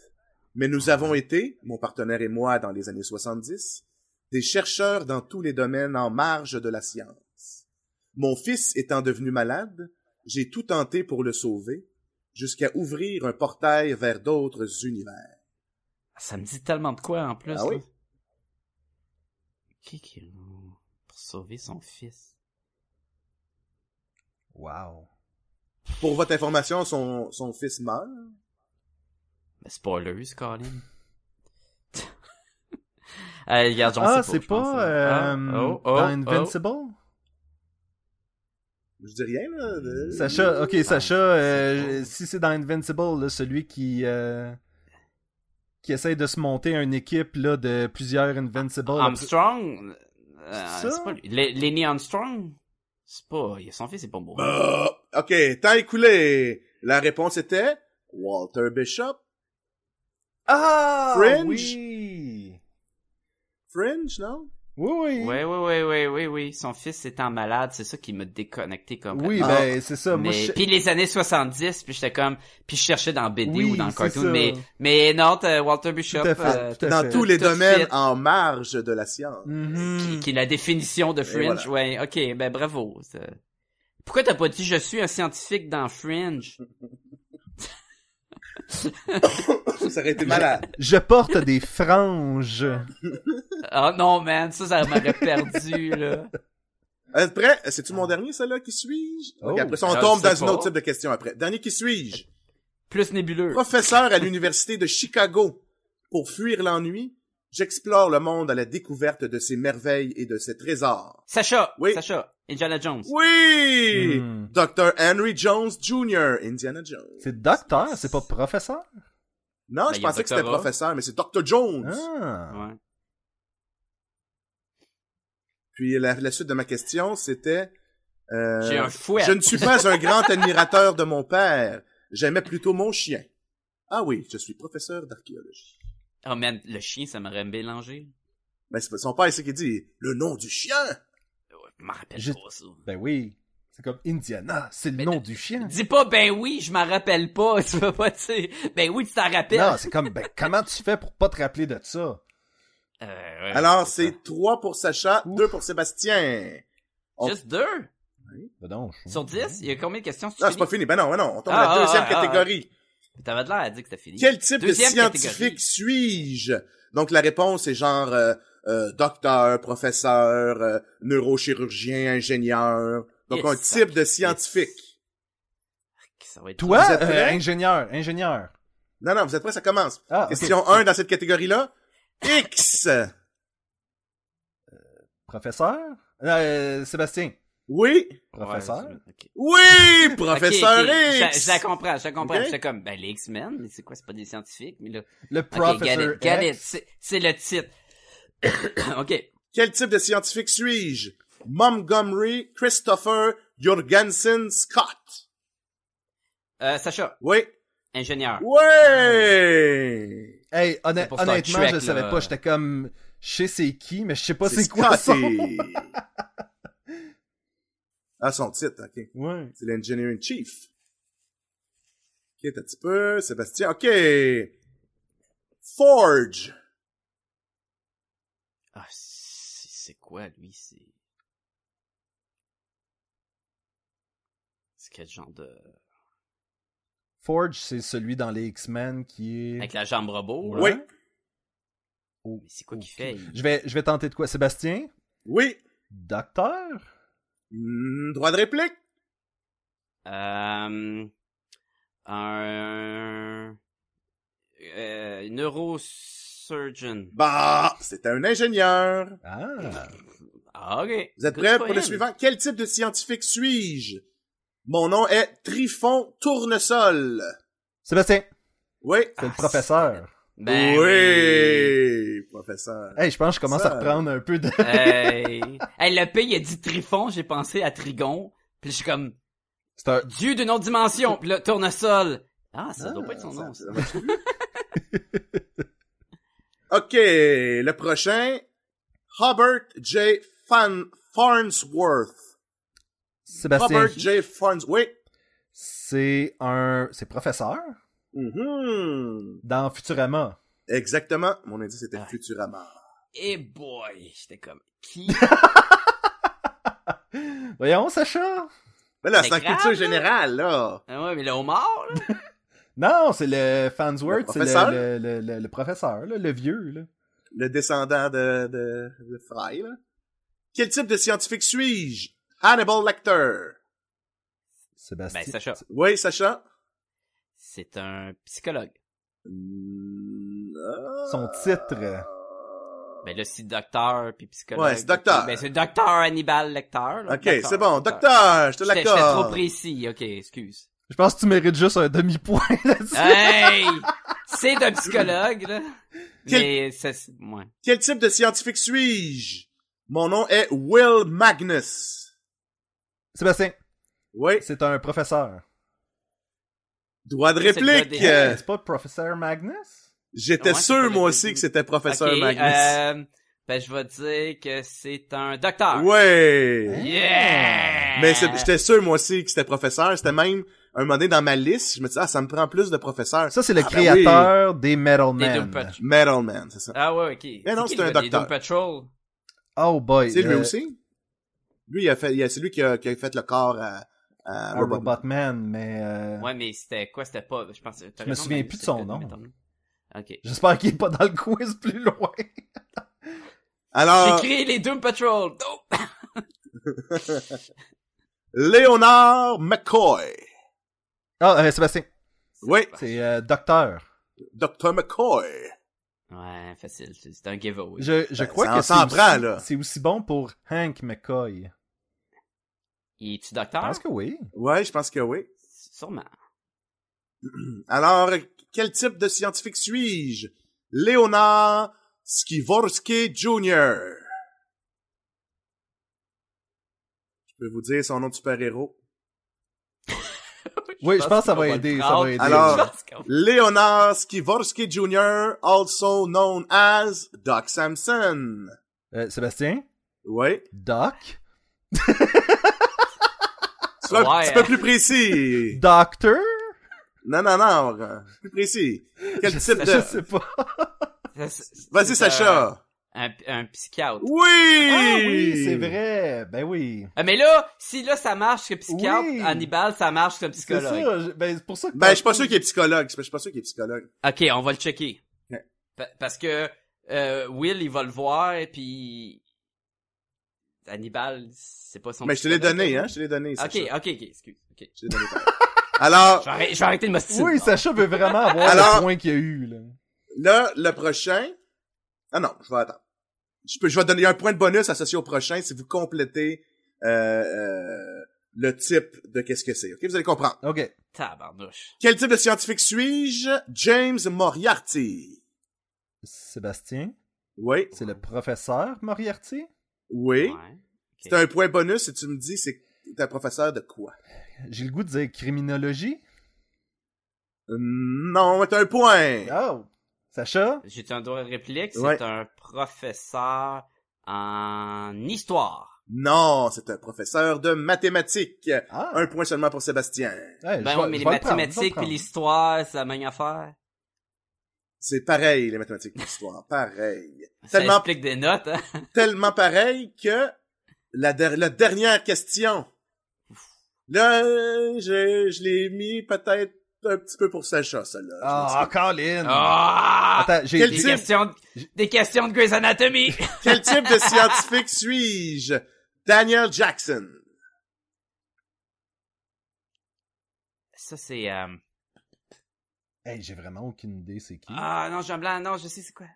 Speaker 1: mais nous avons été, mon partenaire et moi dans les années 70, des chercheurs dans tous les domaines en marge de la science. Mon fils étant devenu malade, j'ai tout tenté pour le sauver, jusqu'à ouvrir un portail vers d'autres univers.
Speaker 4: Ah, Ça me dit tellement de quoi en plus.
Speaker 1: Ah oui?
Speaker 4: là. Qui qui pour sauver son fils?
Speaker 3: Wow.
Speaker 1: Pour votre information, son, son fils meurt.
Speaker 4: Ben, spoilers, Colin. euh, regarde, j'en
Speaker 3: Ah,
Speaker 4: sais
Speaker 3: c'est
Speaker 4: je pense,
Speaker 3: pas
Speaker 4: là.
Speaker 3: euh,
Speaker 4: Ah, oh, oh,
Speaker 3: dans
Speaker 4: oh.
Speaker 3: Invincible?
Speaker 1: Je dis rien, là. de-
Speaker 3: Sacha, ok, Sacha, euh,
Speaker 4: Ah, pas-
Speaker 3: si c'est dans Invincible, là, celui qui euh, qui essaie de se monter une équipe là, de plusieurs Invincibles. après-
Speaker 4: Ah, oh. Armstrong? euh,
Speaker 3: C'est ça?
Speaker 4: c'est pas lui. L- Lenny Armstrong? C'est pas... Son fils, c'est pas beau.
Speaker 1: Bah, ok, temps écoulé. La réponse était Walter Bishop.
Speaker 3: Ah!
Speaker 1: Fringe?
Speaker 3: Oui!
Speaker 1: Fringe, non?
Speaker 3: Oui, oui!
Speaker 4: Ouais, ouais, ouais, ouais, ouais, oui. Son fils étant malade, c'est ça qui m'a déconnecté comme.
Speaker 3: Oui,
Speaker 1: Ah.
Speaker 3: ben c'est ça. Moi,
Speaker 4: mais
Speaker 3: je...
Speaker 4: puis les années 70, puis j'étais comme, puis je cherchais dans BD
Speaker 3: Oui,
Speaker 4: ou dans le
Speaker 3: c'est
Speaker 4: cartoon,
Speaker 3: ça.
Speaker 4: mais mais non, t'as Walter Bishop,
Speaker 3: Tout à fait,
Speaker 4: euh,
Speaker 3: tout à
Speaker 1: Dans
Speaker 3: fait.
Speaker 1: tous les
Speaker 4: Tout de
Speaker 1: domaines
Speaker 4: suite.
Speaker 1: en marge de la science.
Speaker 3: Mhm.
Speaker 4: qui, qui est la définition de Fringe.
Speaker 1: Hmm. voilà.
Speaker 4: Ouais, ok, ben bravo. ça. Pourquoi t'as pas dit je suis un scientifique dans Fringe
Speaker 1: ça aurait été malade.
Speaker 3: Je porte des franges.
Speaker 4: Ah non, man, ça, ça m'aurait perdu là.
Speaker 1: Après, Euh, c'est-tu mon dernier, celle-là, qui suis-je?
Speaker 3: Oh.
Speaker 1: Ok, après ça, on
Speaker 4: Je
Speaker 1: tombe
Speaker 4: sais
Speaker 1: dans un
Speaker 4: pas.
Speaker 1: autre type de question après. Dernier, qui suis-je?
Speaker 4: Plus nébuleux.
Speaker 1: Professeur à l'université de Chicago. Pour fuir l'ennui, j'explore le monde à la découverte de ses merveilles et de ses trésors.
Speaker 4: Sacha,
Speaker 1: Oui.
Speaker 4: Sacha, Indiana Jones.
Speaker 1: Oui!
Speaker 3: Hmm.
Speaker 1: Dr. Henry Jones Jr., Indiana Jones.
Speaker 3: C'est docteur, c'est pas professeur.
Speaker 1: Non,
Speaker 4: Ben,
Speaker 1: je
Speaker 4: il y a
Speaker 1: pensais que c'était
Speaker 4: doctorat.
Speaker 1: professeur, mais c'est Dr. Jones.
Speaker 3: Ah.
Speaker 4: Ouais.
Speaker 1: Puis la, la suite de ma question, c'était... euh,
Speaker 4: J'ai un fouet.
Speaker 1: Je ne suis pas un grand admirateur de mon père. J'aimais plutôt mon chien. Ah oui, je suis professeur d'archéologie.
Speaker 4: Oh man, le chien, ça m'aurait mélangé.
Speaker 1: Mais c'est pas- son père, c'est qui dit le nom du chien.
Speaker 4: Ouais, Je m'en rappelle
Speaker 3: Juste-
Speaker 4: pas ça.
Speaker 3: Ben oui. C'est comme Indiana, c'est le
Speaker 4: Mais
Speaker 3: nom
Speaker 4: le-
Speaker 3: du chien.
Speaker 4: Dis pas, ben oui, je m'en rappelle pas. Tu vas pas, tu sais. Ben oui, tu t'en rappelles.
Speaker 3: Non, c'est comme, ben comment tu fais pour pas te rappeler de ça?
Speaker 4: Euh, ouais,
Speaker 1: Alors,
Speaker 4: ça.
Speaker 1: c'est 3 pour Sacha,
Speaker 3: Ouf.
Speaker 1: 2 pour Sébastien. on-
Speaker 4: Juste deux?
Speaker 3: Ben donc, je-
Speaker 4: Sur dix? Il y a combien de questions?
Speaker 1: Ah, c'est pas fini. Ben non, ben non, on tombe
Speaker 4: Ah,
Speaker 1: à la
Speaker 4: ah,
Speaker 1: deuxième
Speaker 4: ah, ah,
Speaker 1: catégorie.
Speaker 4: T'avais de l'air à dire que c'était fini.
Speaker 1: Quel type
Speaker 4: Deuxième
Speaker 1: de scientifique
Speaker 4: catégorie.
Speaker 1: suis-je? Donc, la réponse est genre euh, euh, docteur, professeur, euh, neurochirurgien, ingénieur. Donc,
Speaker 4: Yes,
Speaker 1: un
Speaker 4: ça-
Speaker 1: type de scientifique.
Speaker 4: Ça va être...
Speaker 3: Toi,
Speaker 1: Vous êtes
Speaker 3: euh,
Speaker 1: prêts?
Speaker 3: ingénieur, ingénieur.
Speaker 1: Non, non, vous êtes prêts? Ça commence.
Speaker 3: Ah, ok.
Speaker 1: Question 1 dans cette catégorie-là. X!
Speaker 3: Professeur? Euh, Sébastien.
Speaker 1: Oui?
Speaker 4: Ouais,
Speaker 3: Professeur?
Speaker 4: c'est- ok.
Speaker 1: Oui! Professeur
Speaker 4: Ok, ok. Je,
Speaker 1: X!
Speaker 4: je la comprends, je la comprends.
Speaker 1: Ok.
Speaker 4: J'étais comme, ben les X-Men, mais c'est quoi, c'est pas des scientifiques, mais là...
Speaker 3: Le
Speaker 4: Ok,
Speaker 3: professeur.
Speaker 4: get it, get it.
Speaker 3: X.
Speaker 4: C'est- C'est le titre. ok.
Speaker 1: Quel type de scientifique suis-je? Montgomery, Christopher, Jorgensen, Scott.
Speaker 4: Euh, Sacha,
Speaker 1: Oui.
Speaker 4: ingénieur.
Speaker 1: Ouais!
Speaker 3: Hey, honnêt-
Speaker 4: C'est pour Star
Speaker 3: honnêtement,
Speaker 4: Trek,
Speaker 3: je le savais
Speaker 4: là.
Speaker 3: pas. J'étais comme, je sais c'est qui, mais je sais pas c'est quoi ça.
Speaker 1: Scott et- ah, son titre, ok.
Speaker 3: Ouais.
Speaker 1: C'est l'Engineering Chief. Ok, t'as un petit peu. Sébastien, ok. Forge.
Speaker 4: Ah, c'est c'est quoi, lui? C'est. C'est quel genre de.
Speaker 3: Forge, c'est celui dans les X-Men qui est...
Speaker 4: Avec la jambe robot?
Speaker 1: Oui,
Speaker 4: là?
Speaker 3: Oh,
Speaker 4: Mais c'est quoi qu'il
Speaker 3: ok.
Speaker 4: fait? il-
Speaker 3: Je vais, je vais tenter de quoi? Sébastien?
Speaker 1: oui.
Speaker 3: Docteur?
Speaker 1: Hmm, droit de réplique.
Speaker 4: Euh. Un. Euh, neurosurgeon.
Speaker 1: Bah, c'est un ingénieur.
Speaker 3: Ah.
Speaker 4: Ah, ok.
Speaker 1: Vous êtes
Speaker 4: Good
Speaker 1: prêts pour le
Speaker 4: him.
Speaker 1: suivant? Quel type de scientifique suis-je? Mon nom est Trifon Tournesol.
Speaker 3: Sébastien,
Speaker 1: Oui.
Speaker 3: c'est le
Speaker 4: Ah,
Speaker 3: professeur.
Speaker 4: Ben oui.
Speaker 1: oui, professeur.
Speaker 3: Hey, je pense que je commence
Speaker 1: Ça.
Speaker 3: à reprendre un peu de...
Speaker 4: hey. Hey, le P, il a dit Trifon, j'ai pensé à Trigon. Puis je suis comme,
Speaker 3: C'est un...
Speaker 4: Dieu d'une autre dimension. Puis là, Tournesol. Ah, ça doit pas être son
Speaker 1: Ça,
Speaker 4: nom.
Speaker 1: ça
Speaker 4: ça.
Speaker 1: va être- OK, le prochain. Robert J. Fan Farnsworth.
Speaker 3: Sébastien,
Speaker 1: Robert J. Farnsworth. Oui.
Speaker 3: c'est un... C'est professeur?
Speaker 1: Mhm.
Speaker 3: Dans Futurama.
Speaker 1: Exactement. Mon indice était
Speaker 4: Ah.
Speaker 1: Futurama.
Speaker 4: Et Eh boy, j'étais comme, qui?
Speaker 3: Voyons, Sacha!
Speaker 1: Mais Ben là,
Speaker 4: C'est
Speaker 1: c'est en
Speaker 4: grave,
Speaker 1: culture
Speaker 4: là.
Speaker 1: générale, là.
Speaker 4: ah ouais, mais le homard, là.
Speaker 3: Non, c'est le Fansworth,
Speaker 1: Le
Speaker 3: c'est
Speaker 1: professeur?
Speaker 3: le, le, le, le- le professeur, là, le vieux. Là.
Speaker 1: le descendant de, de, de Fry, là. Quel type de scientifique suis-je? Hannibal Lecter.
Speaker 3: Sébastien.
Speaker 4: Ben, Sacha,
Speaker 1: Oui, Sacha?
Speaker 4: c'est un psychologue.
Speaker 1: Mm, ah.
Speaker 3: Son titre. euh,
Speaker 4: Ben là, c'est docteur puis psychologue.
Speaker 1: Ouais, c'est docteur.
Speaker 4: Ben, c'est docteur Hannibal Lecteur. là.
Speaker 1: Ok,
Speaker 4: Docteur,
Speaker 1: c'est bon. Docteur, je te
Speaker 4: J'étais j'étais trop
Speaker 1: l'accorde.
Speaker 4: précis. Ok, excuse.
Speaker 3: Je pense que tu mérites juste un demi-point là-dessus.
Speaker 4: Ah. Hey! c'est un psychologue, là.
Speaker 1: Quel-
Speaker 4: Mais, ça, c'est, ouais.
Speaker 1: Quel type de scientifique suis-je? Mon nom est Will Magnus.
Speaker 3: Sébastien,
Speaker 1: Oui,
Speaker 3: c'est un professeur.
Speaker 1: droit de
Speaker 4: C'est le
Speaker 1: réplique.
Speaker 4: gars des-
Speaker 1: Euh,
Speaker 3: C'est pas professeur Magnus?
Speaker 1: J'étais
Speaker 4: Ouais, c'est pas
Speaker 1: sûr,
Speaker 4: le
Speaker 1: moi
Speaker 4: gars
Speaker 1: aussi,
Speaker 4: des-
Speaker 1: que c'était professeur
Speaker 4: Ok,
Speaker 1: Magnus.
Speaker 4: euh, ben, je vais dire que c'est un docteur.
Speaker 1: Ouais.
Speaker 4: Yeah!
Speaker 1: Mais c'est- j'étais sûr, moi aussi, que c'était professeur. C'était même, un moment donné, dans ma liste, je me disais, ah, ça me prend plus de professeurs.
Speaker 3: Ça, c'est le
Speaker 1: Ah, ben oui.
Speaker 3: créateur des Metal
Speaker 4: Des Doom
Speaker 3: Men.
Speaker 4: Patrol.
Speaker 1: Metal Man, c'est ça.
Speaker 4: Ah ouais, ok.
Speaker 3: Eh
Speaker 1: non,
Speaker 4: qui
Speaker 1: c'est
Speaker 4: le
Speaker 1: un
Speaker 4: gars des
Speaker 1: docteur.
Speaker 4: Doom Patrol.
Speaker 3: Oh boy.
Speaker 1: C'est lui
Speaker 3: euh,
Speaker 1: aussi? Lui, il a fait, il a- c'est lui qui a, qui a fait le corps à, à
Speaker 3: un
Speaker 1: Robot-
Speaker 3: Robotman, mais euh,
Speaker 4: Ouais, mais c'était quoi? C'était pas. Je pense. Je
Speaker 3: me souviens plus de son nom.
Speaker 4: Ok.
Speaker 3: j'espère qu'il est pas dans le quiz plus loin. Ah!
Speaker 1: Alors,
Speaker 4: J'ai créé les Doom Patrol. Dope.
Speaker 1: Leonard McCoy.
Speaker 3: Ah, euh, Sébastien,
Speaker 1: Oui,
Speaker 3: c'est euh, docteur.
Speaker 1: Dr. McCoy.
Speaker 4: Ouais, facile. C'est c'est un giveaway.
Speaker 3: Je, je
Speaker 1: Ben,
Speaker 3: crois
Speaker 1: ça en
Speaker 3: que c'est
Speaker 1: s'en prend,
Speaker 3: aussi,
Speaker 1: là.
Speaker 3: c'est aussi bon pour Hank McCoy.
Speaker 4: Il est-tu
Speaker 3: Je
Speaker 4: docteur?
Speaker 3: pense que oui.
Speaker 1: Ouais, je pense que oui.
Speaker 4: Sûrement.
Speaker 1: Alors, quel type de scientifique suis-je? Leonard Skivorsky Jr. Je peux vous dire son nom de super-héros.
Speaker 3: Oui, je pense que ça
Speaker 4: qu'on
Speaker 3: va
Speaker 4: le
Speaker 3: aider, ça
Speaker 4: prendre.
Speaker 3: va aider.
Speaker 1: Alors-
Speaker 4: Je pense qu'on-
Speaker 1: Leonard Skivorsky Jr., also known as Doc Samson.
Speaker 3: Euh, Sébastien,
Speaker 1: Ouais.
Speaker 3: Doc,
Speaker 1: Sois un
Speaker 4: Ouais. hein,
Speaker 1: petit peu plus précis.
Speaker 3: Doctor,
Speaker 1: Non, non, non. Plus précis. Quel type
Speaker 3: je
Speaker 1: de...
Speaker 3: sais pas.
Speaker 4: C'est- c'est-
Speaker 1: Vas-y,
Speaker 4: c'est un-
Speaker 1: Sacha.
Speaker 4: Un, un psychiatre.
Speaker 1: Oui!
Speaker 3: Ah oui, c'est vrai. Ben oui.
Speaker 4: Ah, Mais là, si là ça marche que psychiatre,
Speaker 3: Oui.
Speaker 4: Hannibal ça marche que
Speaker 3: C'est
Speaker 4: psychologue.
Speaker 3: ça. je- Ben c'est pour ça que.
Speaker 1: Ben, je suis pas sûr qu'il est psychologue. Je suis pas sûr qu'il est psychologue.
Speaker 4: Ok, on va le checker.
Speaker 1: Ouais.
Speaker 4: Pa- parce que euh, Will, il va le voir, et puis Hannibal, c'est pas son.
Speaker 1: Mais je te l'ai
Speaker 4: psychologue,
Speaker 1: donné,
Speaker 4: hein.
Speaker 1: hein. Je te l'ai donné,
Speaker 4: Ok,
Speaker 1: Sacha.
Speaker 4: ok, ok, excuse. ok.
Speaker 1: Je te l'ai donné. Alors,
Speaker 4: Je vais arrêter- je vais arrêter de m'ostiner.
Speaker 3: Oui, Sacha veut vraiment avoir le
Speaker 1: Alors-
Speaker 3: point qu'il y a eu là.
Speaker 1: là, le prochain... Ah non, je vais attendre. Je, peux, je vais donner un point de bonus associé au prochain si vous complétez euh, euh, le type de qu'est-ce que c'est. Ok, vous allez comprendre.
Speaker 3: Ok.
Speaker 4: Tabarnouche.
Speaker 1: Quel type de scientifique suis-je? James Moriarty.
Speaker 3: Sébastien,
Speaker 1: Oui,
Speaker 3: c'est le professeur Moriarty.
Speaker 1: oui.
Speaker 4: Ouais.
Speaker 1: C'est un point bonus si tu me dis c'est t'es un professeur de quoi?
Speaker 3: J'ai le goût de dire criminologie.
Speaker 1: Euh, Non, c'est un point.
Speaker 3: Oh, Sacha,
Speaker 4: J'ai un droit de réplique. C'est
Speaker 1: Ouais.
Speaker 4: un professeur en histoire.
Speaker 1: Non, c'est un professeur de mathématiques.
Speaker 3: ah,
Speaker 1: Un point seulement pour Sébastien.
Speaker 3: ouais, je
Speaker 4: Ben
Speaker 3: vais-
Speaker 4: oui,
Speaker 3: je
Speaker 4: mais les
Speaker 3: vais le prendre, je vais le
Speaker 4: mathématiques puis
Speaker 3: prendre.
Speaker 4: l'histoire, c'est la même affaire.
Speaker 1: C'est pareil, les mathématiques pour l'histoire. Pareil.
Speaker 4: Ça
Speaker 1: Tellement-
Speaker 4: explique des notes, hein.
Speaker 1: Tellement pareil que la, der- la dernière question. Là, je, je l'ai mis peut-être un petit peu pour Sacha, celle-là. Je
Speaker 3: Ah, Colin.
Speaker 4: Ah!
Speaker 3: Attends, j'ai
Speaker 1: Quel
Speaker 4: des
Speaker 1: type-
Speaker 4: questions, de- des questions de Grey's Anatomy.
Speaker 1: Quel type de scientifique suis-je? Daniel Jackson.
Speaker 4: Ça, c'est, euh,
Speaker 3: Hey, j'ai vraiment aucune idée c'est qui.
Speaker 4: ah, non, Jean Blanc, non, je sais c'est quoi.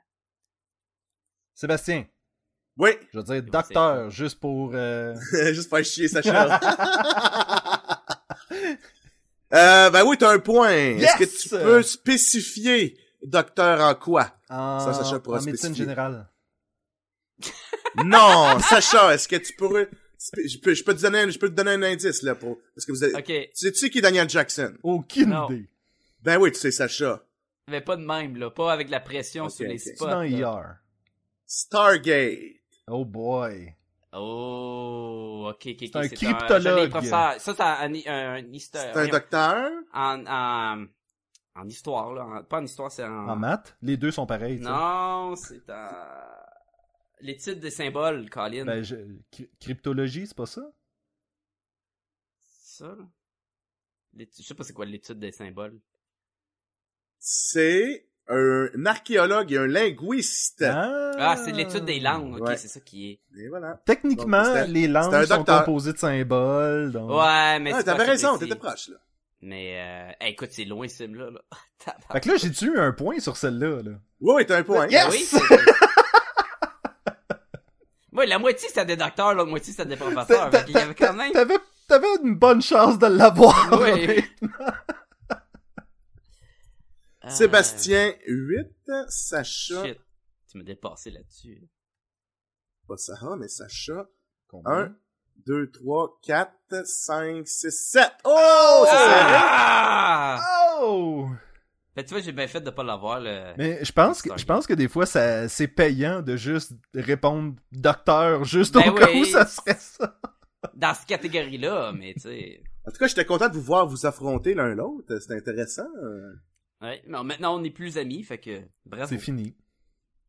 Speaker 3: Sébastien,
Speaker 1: Oui,
Speaker 3: je vais dire
Speaker 4: c'est-
Speaker 3: docteur juste pour euh,
Speaker 1: juste pas chier Sacha. euh, ben oui, t'as un point. Est-ce
Speaker 3: Yes!
Speaker 1: que tu peux spécifier docteur en quoi?
Speaker 3: en,
Speaker 1: Ça, Sacha pourra
Speaker 3: en médecine
Speaker 1: spécifier.
Speaker 3: générale.
Speaker 1: Non, Sacha, est-ce que tu pourrais... spé- Je peux, je peux te donner, un- je peux te donner un indice, là, pour... Parce que vous avez...
Speaker 4: Ok.
Speaker 1: Tu sais, tu sais qui est Daniel Jackson?
Speaker 3: Aucune
Speaker 4: Non.
Speaker 3: idée.
Speaker 1: Ben oui, tu sais Sacha.
Speaker 4: Mais pas de même, là. Pas avec la pression
Speaker 1: Ok,
Speaker 4: sur les
Speaker 1: ok.
Speaker 3: C'est
Speaker 4: spots.
Speaker 3: dans
Speaker 4: là.
Speaker 3: IR.
Speaker 1: Stargate.
Speaker 3: Oh boy.
Speaker 4: Oh, ok, ok, ok.
Speaker 3: un
Speaker 4: je l'ai,
Speaker 3: cryptologue.
Speaker 4: professeur. Ça, c'est un, un, un histo-
Speaker 1: C'est un
Speaker 4: voyons,
Speaker 1: docteur?
Speaker 4: En, en, en histoire, là. En- pas en histoire, c'est en...
Speaker 3: En maths, les deux sont pareils. tu sais.
Speaker 4: Ah. Non, c'est en... L'étude des symboles, Colin.
Speaker 3: Ben, je... cry- Cryptologie, c'est pas ça?
Speaker 4: C'est ça, là? L'étu- Je sais pas c'est quoi l'étude des symboles.
Speaker 1: C'est un archéologue et un linguiste.
Speaker 4: Ah, c'est l'étude des langues. Ok,
Speaker 1: Ouais.
Speaker 4: c'est ça qui est.
Speaker 1: Et voilà.
Speaker 3: Techniquement,
Speaker 1: Donc, c'était-
Speaker 3: les
Speaker 1: c'était un
Speaker 3: langues sont
Speaker 1: docteur.
Speaker 3: composées de symboles. Donc...
Speaker 4: Ouais, mais
Speaker 1: Ah,
Speaker 4: c'est
Speaker 1: t'avais
Speaker 4: pas assez
Speaker 1: raison,
Speaker 4: précis.
Speaker 1: t'étais proche, là.
Speaker 4: Mais, euh, hey, écoute, c'est loin, ce film-là, là. Tabarnak.
Speaker 3: Fait que là, j'ai-tu eu un point sur celle-là? là?
Speaker 1: Oui, oui, t'as un point.
Speaker 3: Yes!
Speaker 4: Ben Oui, c'est- Moi, la moitié c'était des docteurs, l'autre moitié c'était des professeurs.
Speaker 3: T'a-
Speaker 4: Fait qu'il Ah, y avait
Speaker 3: t'a-
Speaker 4: quand même.
Speaker 3: T'avais, t'avais une bonne chance de l'avoir.
Speaker 4: Oui. Ah,
Speaker 1: Sébastien 8, Sacha,
Speaker 4: Shit. Tu m'as dépassé là-dessus.
Speaker 1: pas Sarah, mais Sacha,
Speaker 3: Combien?
Speaker 1: 1, 2, 3, 4, 5, 6, 7. Oh! ça, c'est vrai.
Speaker 4: Ah!
Speaker 3: Oh!
Speaker 4: Ben, tu vois, j'ai bien fait de pas l'avoir, le.
Speaker 3: Mais je pense que je pense que des fois ça c'est payant de juste répondre docteur juste
Speaker 4: Ben
Speaker 3: au cas
Speaker 4: oui.
Speaker 3: où ça serait ça.
Speaker 4: Dans cette catégorie-là, mais tu sais.
Speaker 1: En tout cas, j'étais content de vous voir vous affronter l'un l'autre. C'était intéressant. Euh,
Speaker 4: Ouais, mais maintenant on est plus amis, fait que. Bravo.
Speaker 3: C'est fini.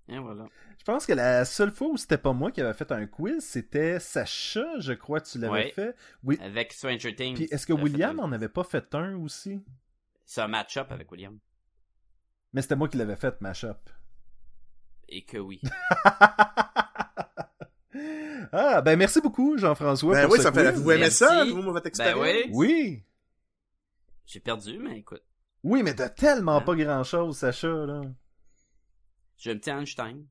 Speaker 4: Hein, voilà.
Speaker 3: Je pense que la seule fois où c'était pas moi qui avait fait un quiz, c'était Sacha, je crois que tu l'avais
Speaker 4: Ouais.
Speaker 3: fait. Oui.
Speaker 4: Avec Stranger Things.
Speaker 3: Puis est-ce que
Speaker 4: t'as fait
Speaker 3: William
Speaker 4: un-
Speaker 3: en avait pas fait un aussi
Speaker 4: C'est un match-up avec William.
Speaker 3: Mais c'était moi qui l'avais fait ma shop.
Speaker 4: Et que oui. Ben
Speaker 3: Ah ben merci beaucoup Jean-François
Speaker 1: ben
Speaker 3: pour
Speaker 1: oui,
Speaker 3: ce
Speaker 1: ça fait,
Speaker 3: quiz.
Speaker 1: vous aimez ça,
Speaker 4: Merci.
Speaker 1: vous, votre
Speaker 4: ben
Speaker 1: expérience?
Speaker 4: oui.
Speaker 3: Oui.
Speaker 4: J'ai perdu, mais écoute.
Speaker 3: Oui, mais t'as tellement
Speaker 4: Hein?
Speaker 3: pas grand-chose Sacha là.
Speaker 4: J'ai un petit Einstein.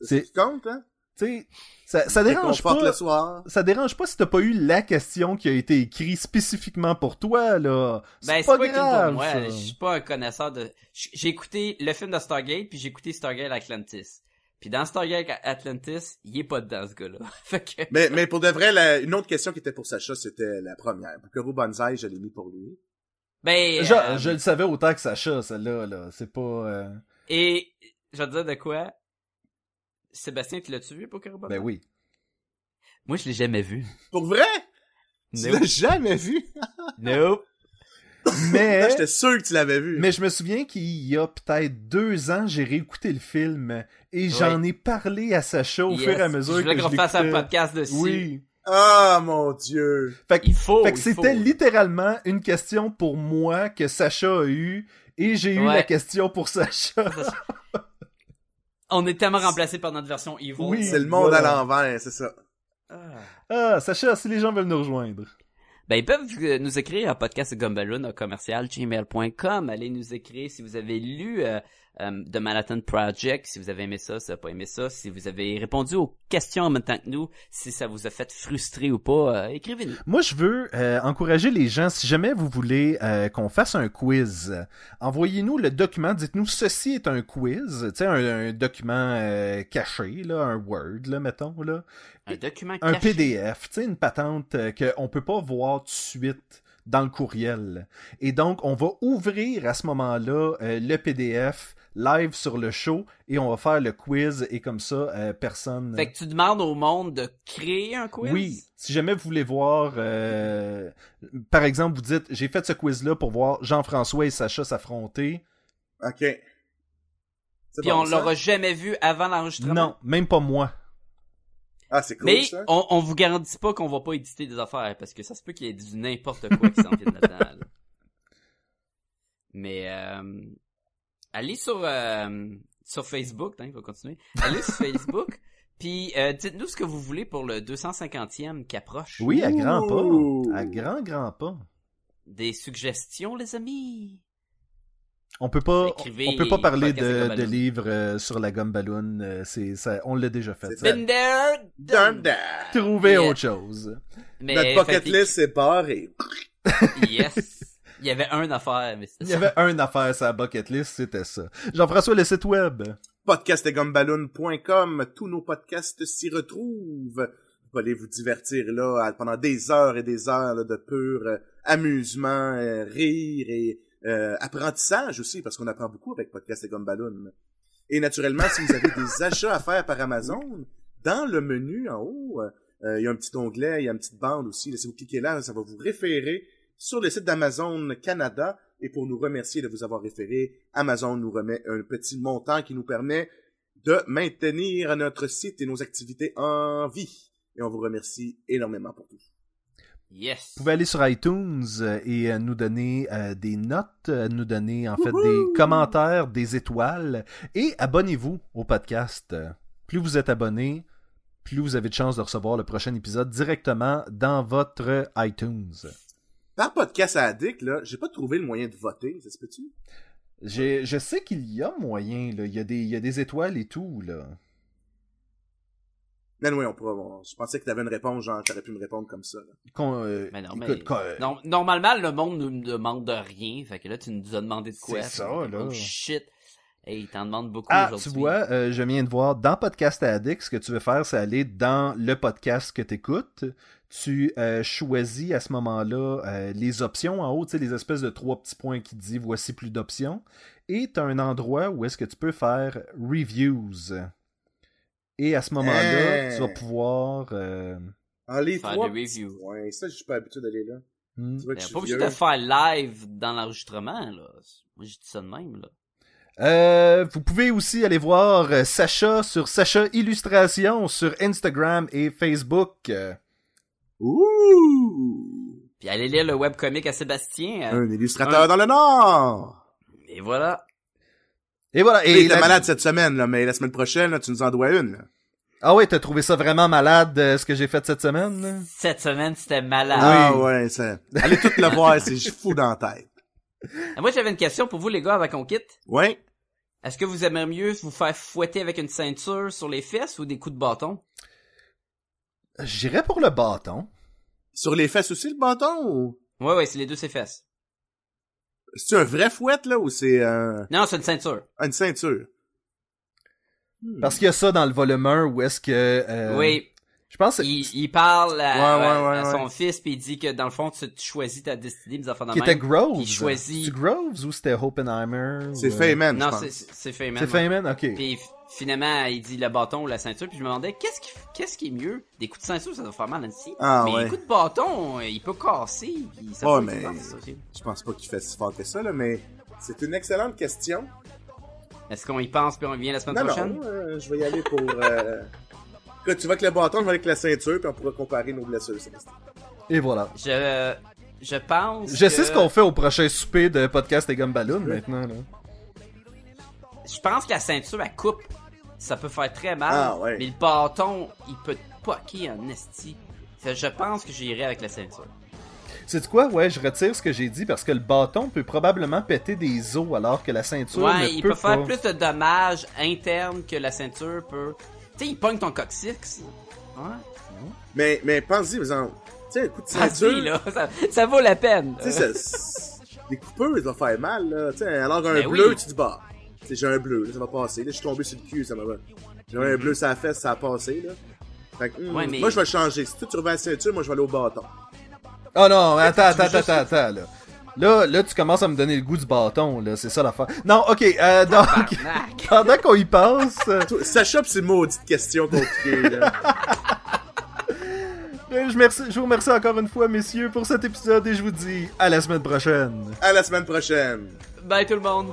Speaker 1: C'est ce qui compte, hein?
Speaker 3: Tu sais, ça, ça dérange
Speaker 1: Réconforte
Speaker 3: pas.
Speaker 1: le soir.
Speaker 3: ça dérange pas si t'as pas eu la question qui a été écrite spécifiquement pour toi, là.
Speaker 4: Ben, c'est pas, écrit
Speaker 3: grave,
Speaker 4: pour moi.
Speaker 3: ça.
Speaker 4: Je suis pas un connaisseur de... J- J'ai écouté le film de Stargate, puis j'ai écouté Stargate Atlantis. Puis dans Stargate Atlantis, il est pas dedans, ce gars-là. fait que...
Speaker 1: Mais, mais pour de vrai, la- une autre question qui était pour Sacha, c'était la première. Buckaroo Banzai, je l'ai mis pour lui.
Speaker 4: Ben,
Speaker 3: Je,
Speaker 4: euh,
Speaker 3: je le savais autant que Sacha, celle-là, là. C'est pas... euh,
Speaker 4: et je veux te dire de quoi? Sébastien, tu l'as-tu vu, Poker Robot?
Speaker 3: Ben oui.
Speaker 4: Moi, je l'ai jamais vu.
Speaker 1: Pour vrai? Tu
Speaker 4: Nope.
Speaker 1: l'as jamais vu? Ah,
Speaker 4: nope.
Speaker 3: Mais...
Speaker 1: J'étais sûr que tu l'avais vu.
Speaker 3: Eh? Mais je me souviens qu'il y a peut-être deux ans, j'ai réécouté le film et j'en ai parlé à Sacha au
Speaker 4: Yes.
Speaker 3: fur et à mesure
Speaker 4: Je voulais
Speaker 3: que
Speaker 4: qu'on
Speaker 3: je
Speaker 4: fasse un
Speaker 3: l'écoutais.
Speaker 4: podcast dessus.
Speaker 3: Oui.
Speaker 1: Ah, mon Dieu.
Speaker 3: Fait que,
Speaker 4: Il faut.
Speaker 3: fait que
Speaker 4: il
Speaker 3: c'était
Speaker 4: faut.
Speaker 3: littéralement une question pour moi que Sacha a eue et j'ai eu
Speaker 4: Ouais.
Speaker 3: la question pour Sacha.
Speaker 4: On est tellement remplacé par notre version Evil.
Speaker 3: Oui.
Speaker 1: C'est le monde
Speaker 3: Voilà.
Speaker 1: à l'envers, c'est ça.
Speaker 4: Ah.
Speaker 3: Ah, Sacha, si les gens veulent nous rejoindre.
Speaker 4: Ben, ils peuvent euh, nous écrire à podcastgumballoon commercial gmail.com. Allez nous écrire si vous avez lu euh, euh, The Manhattan Project, si vous avez aimé ça, si vous n'avez pas aimé ça, si vous avez répondu aux questions en même temps que nous, si ça vous a fait frustrer ou pas, euh, écrivez-nous.
Speaker 3: Moi, je veux euh, encourager les gens, si jamais vous voulez euh, qu'on fasse un quiz, euh, envoyez-nous le document, dites-nous ceci est un quiz, tu sais, un, un document euh, caché, là, un Word, là, mettons, là.
Speaker 4: Un document
Speaker 3: un
Speaker 4: caché.
Speaker 3: PDF, tu sais, une patente euh, qu'on peut pas voir tout de suite dans le courriel. Et donc, on va ouvrir à ce moment-là euh, le PDF live sur le show et on va faire le quiz et comme ça, euh, personne...
Speaker 4: Fait que tu demandes au monde de créer un quiz?
Speaker 3: Oui, si jamais vous voulez voir, euh, par exemple, vous dites, j'ai fait ce quiz-là pour voir Jean-François et Sacha s'affronter.
Speaker 1: OK. C'est
Speaker 4: Puis
Speaker 1: bon,
Speaker 4: on
Speaker 1: ça?
Speaker 4: l'aura jamais vu avant l'enregistrement.
Speaker 3: Non, même pas moi.
Speaker 1: Ah, c'est cool,
Speaker 4: Mais
Speaker 1: ça.
Speaker 4: on, on vous garantit pas qu'on va pas éditer des affaires parce que ça se peut qu'il y ait du n'importe quoi qui s'en vienne là-dedans. là. Mais euh, allez sur euh, sur Facebook, hein, il va continuer. Allez sur Facebook, puis euh, dites-nous ce que vous voulez pour le 250e qui approche.
Speaker 3: Oui, à grand
Speaker 1: Ouh.
Speaker 3: pas. À grand, grand pas.
Speaker 4: Des suggestions, les amis.
Speaker 3: On peut pas,
Speaker 4: Écrivez
Speaker 3: on peut pas parler
Speaker 4: podcast et
Speaker 3: de,
Speaker 4: gomme
Speaker 3: de
Speaker 4: ballon.
Speaker 3: livres euh, sur la gomme ballon. euh, c'est, ça, on l'a déjà fait.
Speaker 1: C'est
Speaker 3: ça.
Speaker 1: fait.
Speaker 4: Been there,
Speaker 1: Dun,
Speaker 4: done
Speaker 1: dun.
Speaker 3: Trouver
Speaker 4: Yeah.
Speaker 3: autre chose.
Speaker 4: Mais,
Speaker 1: Notre pocket
Speaker 4: fait-
Speaker 1: list est barré.
Speaker 4: Yes. Il y avait un affaire, mais
Speaker 3: Il
Speaker 4: c'était
Speaker 3: y
Speaker 4: ça.
Speaker 3: avait un affaire sur la bucket list, c'était ça. Jean-François, le site web.
Speaker 1: podcastgumballoon.com. Tous nos podcasts s'y retrouvent. Vous allez vous divertir là à- pendant des heures et des heures là, de pur euh, amusement, euh, rire et euh, apprentissage aussi, parce qu'on apprend beaucoup avec Podcast et Gumballoon. Et naturellement, si vous avez des achats à faire par Amazon, dans le menu en haut, euh, euh, il y a un petit onglet, il y a une petite bande aussi. Là, si vous cliquez là, ça va vous référer sur le site d'Amazon Canada. Et pour nous remercier de vous avoir référé, Amazon nous remet un petit montant qui nous permet de maintenir notre site et nos activités en vie. Et on vous remercie énormément pour tout.
Speaker 4: Yes.
Speaker 3: Vous pouvez aller sur iTunes euh, et euh, nous donner euh, des notes, euh, nous donner en fait des commentaires, des étoiles et abonnez-vous au podcast. Euh, Plus vous êtes abonné, plus vous avez de chances de recevoir le prochain épisode directement dans votre iTunes.
Speaker 1: Par podcast à addict, là, j'ai pas trouvé le moyen de voter, ça se peut-tu?
Speaker 3: J'ai- Je sais qu'il y a moyen, là. Il, y a des, il y a des étoiles et tout. Là.
Speaker 1: Non, oui, on pourra. on- je pensais que t'avais une réponse, genre, t'aurais pu me répondre comme ça. là.
Speaker 3: Qu'on, euh,
Speaker 4: Mais non,
Speaker 3: écoute,
Speaker 4: mais-
Speaker 3: qu'on- euh,
Speaker 4: Non, normalement, le monde ne me demande de rien. Fait que là, tu nous as demandé de quoi.
Speaker 3: C'est ça,
Speaker 4: Fait que,
Speaker 3: là.
Speaker 4: Oh shit. Hey, il t'en demande beaucoup
Speaker 3: Ah, tu
Speaker 4: aujourd'hui.
Speaker 3: vois, euh, je viens de voir dans Podcast Addict, ce que tu veux faire, c'est aller dans le podcast que tu écoutes. Tu euh, choisis à ce moment-là euh, les options en haut, tu sais, les espèces de trois petits points qui te disent voici plus d'options. Et tu as un endroit où est-ce que tu peux faire reviews. Et à ce moment-là,
Speaker 1: Hey.
Speaker 3: tu vas pouvoir. euh,
Speaker 1: Ah, les
Speaker 4: Faire
Speaker 1: trois
Speaker 4: des
Speaker 1: petits
Speaker 4: reviews.
Speaker 1: points, ça, je suis pas habitué d'aller là.
Speaker 3: hmm.
Speaker 1: Tu vois que
Speaker 4: Mais
Speaker 1: je suis
Speaker 4: pas obligé de
Speaker 1: vieux.
Speaker 4: le faire live dans l'enregistrement, là. Moi, je dis ça de même, là.
Speaker 3: Euh, vous pouvez aussi aller voir euh, Sacha sur Sacha Illustration sur Instagram et Facebook. Euh,
Speaker 1: Ouh!
Speaker 4: Puis allez lire le webcomic à Sébastien. hein.
Speaker 1: Un illustrateur dans le Nord!
Speaker 4: Et voilà.
Speaker 3: Et voilà.
Speaker 1: Et t'es
Speaker 3: la-
Speaker 1: malade cette semaine, là, mais la semaine prochaine, là, tu nous en dois une. là.
Speaker 3: Ah ouais, t'as trouvé ça vraiment malade euh, ce que j'ai fait cette semaine? là?
Speaker 4: Cette semaine, c'était malade.
Speaker 1: Ah ouais, ça. Allez tout le voir, c'est fou dans la tête.
Speaker 4: Et Moi, j'avais une question pour vous, les gars, avant qu'on quitte.
Speaker 1: Ouais.
Speaker 4: Est-ce que vous aimeriez mieux vous faire fouetter avec une ceinture sur les fesses ou des coups de bâton?
Speaker 3: J'irais pour le bâton.
Speaker 1: Sur les fesses aussi, le bâton, ou?
Speaker 4: Ouais, ouais, c'est les deux, ses fesses.
Speaker 1: C'est un vrai fouette, là, ou c'est, euh,
Speaker 4: Non, c'est une ceinture.
Speaker 1: une ceinture?
Speaker 3: Parce qu'il y a ça dans le volume 1 où est-ce que... euh,
Speaker 4: Hmm. Oui.
Speaker 3: Je Je pense que c'est-
Speaker 4: Il, il parle à,
Speaker 3: Ouais, ouais,
Speaker 4: à-
Speaker 3: ouais,
Speaker 4: à son
Speaker 3: ouais.
Speaker 4: fils puis il dit que dans le fond tu, tu choisis ta destinée des enfants de
Speaker 3: qui
Speaker 4: même.
Speaker 3: était Groves.
Speaker 4: Il choisit.
Speaker 3: C'est Groves ou c'était Oppenheimer?
Speaker 1: C'est
Speaker 3: ou, euh,
Speaker 1: Feynman, je
Speaker 4: Non,
Speaker 1: pense.
Speaker 4: c'est c'est Feynman.
Speaker 3: C'est
Speaker 4: ouais.
Speaker 3: Feynman, ok.
Speaker 4: Puis f- finalement il dit le bâton ou la ceinture puis je me demandais qu'est-ce qui qu'est-ce qui est mieux des coups de ceinture ça doit faire mal Nancy.
Speaker 1: Ah,
Speaker 4: mais
Speaker 1: ouais.
Speaker 4: les coups de bâton il peut casser puis ça
Speaker 1: Ouais,
Speaker 4: peut
Speaker 1: mais-
Speaker 4: être- ça, c'est-
Speaker 1: Je pense pas qu'il fait si fort que ça, là, mais c'est une excellente question.
Speaker 4: Est-ce qu'on y pense puis on vient la semaine
Speaker 1: Non,
Speaker 4: prochaine?
Speaker 1: non, euh, je vais y aller pour... euh, écoute, tu vas avec le bâton, je vais avec la ceinture, puis on pourra comparer nos blessures. Sébastien.
Speaker 3: Et voilà.
Speaker 4: Je je pense.
Speaker 3: Je sais
Speaker 4: que-
Speaker 3: ce qu'on fait au prochain souper de podcast et Gumballoon maintenant. Là.
Speaker 4: Je pense que la ceinture à coupe, ça peut faire très mal.
Speaker 1: Ah, ouais.
Speaker 4: Mais le bâton, il peut te poquer en esti. Fait que Je pense que j'irai avec la ceinture.
Speaker 3: C'est quoi? Ouais, je retire ce que j'ai dit parce que le bâton peut probablement péter des os alors que la ceinture ne
Speaker 4: ouais, il peut,
Speaker 3: pas.
Speaker 4: faire plus de dommages internes que la ceinture peut. Tu sais, il pogne ton coccyx. Ouais.
Speaker 1: Mais, mais pense-y, vous en... Tu sais, un coup de
Speaker 4: Vas-y,
Speaker 1: ceinture...
Speaker 4: là. Ça, ça vaut la peine.
Speaker 1: Tu sais, ça- les coupeurs, ils vont faire mal, là. Tu sais, alors qu'un
Speaker 4: Ben oui.
Speaker 1: bleu, tu dis, bah, tu sais, j'ai un bleu, là, ça va passer. Là, je suis tombé sur le cul, ça m'a. J'ai un bleu sur la fesse, ça a passé, là. Fait que, hmm,
Speaker 4: Ouais, mais-
Speaker 1: moi, je vais changer. Si toi, tu reviens à la ceinture, moi, je vais aller au bâton.
Speaker 3: Oh non, attends,
Speaker 4: tu
Speaker 3: attends, attends,
Speaker 4: veux juste-
Speaker 3: attends, là. Là, là, tu commences à me donner le goût du bâton, là. C'est ça l'affaire. Non, ok, euh, donc,
Speaker 4: Tabarnak.
Speaker 3: pendant qu'on y pense, euh,
Speaker 1: Toi, Sacha, pis ces maudites questions compliquées, là.
Speaker 3: je, merci- je vous remercie encore une fois, messieurs, pour cet épisode et je vous dis à la semaine prochaine.
Speaker 1: À la semaine prochaine!
Speaker 4: Bye tout le monde.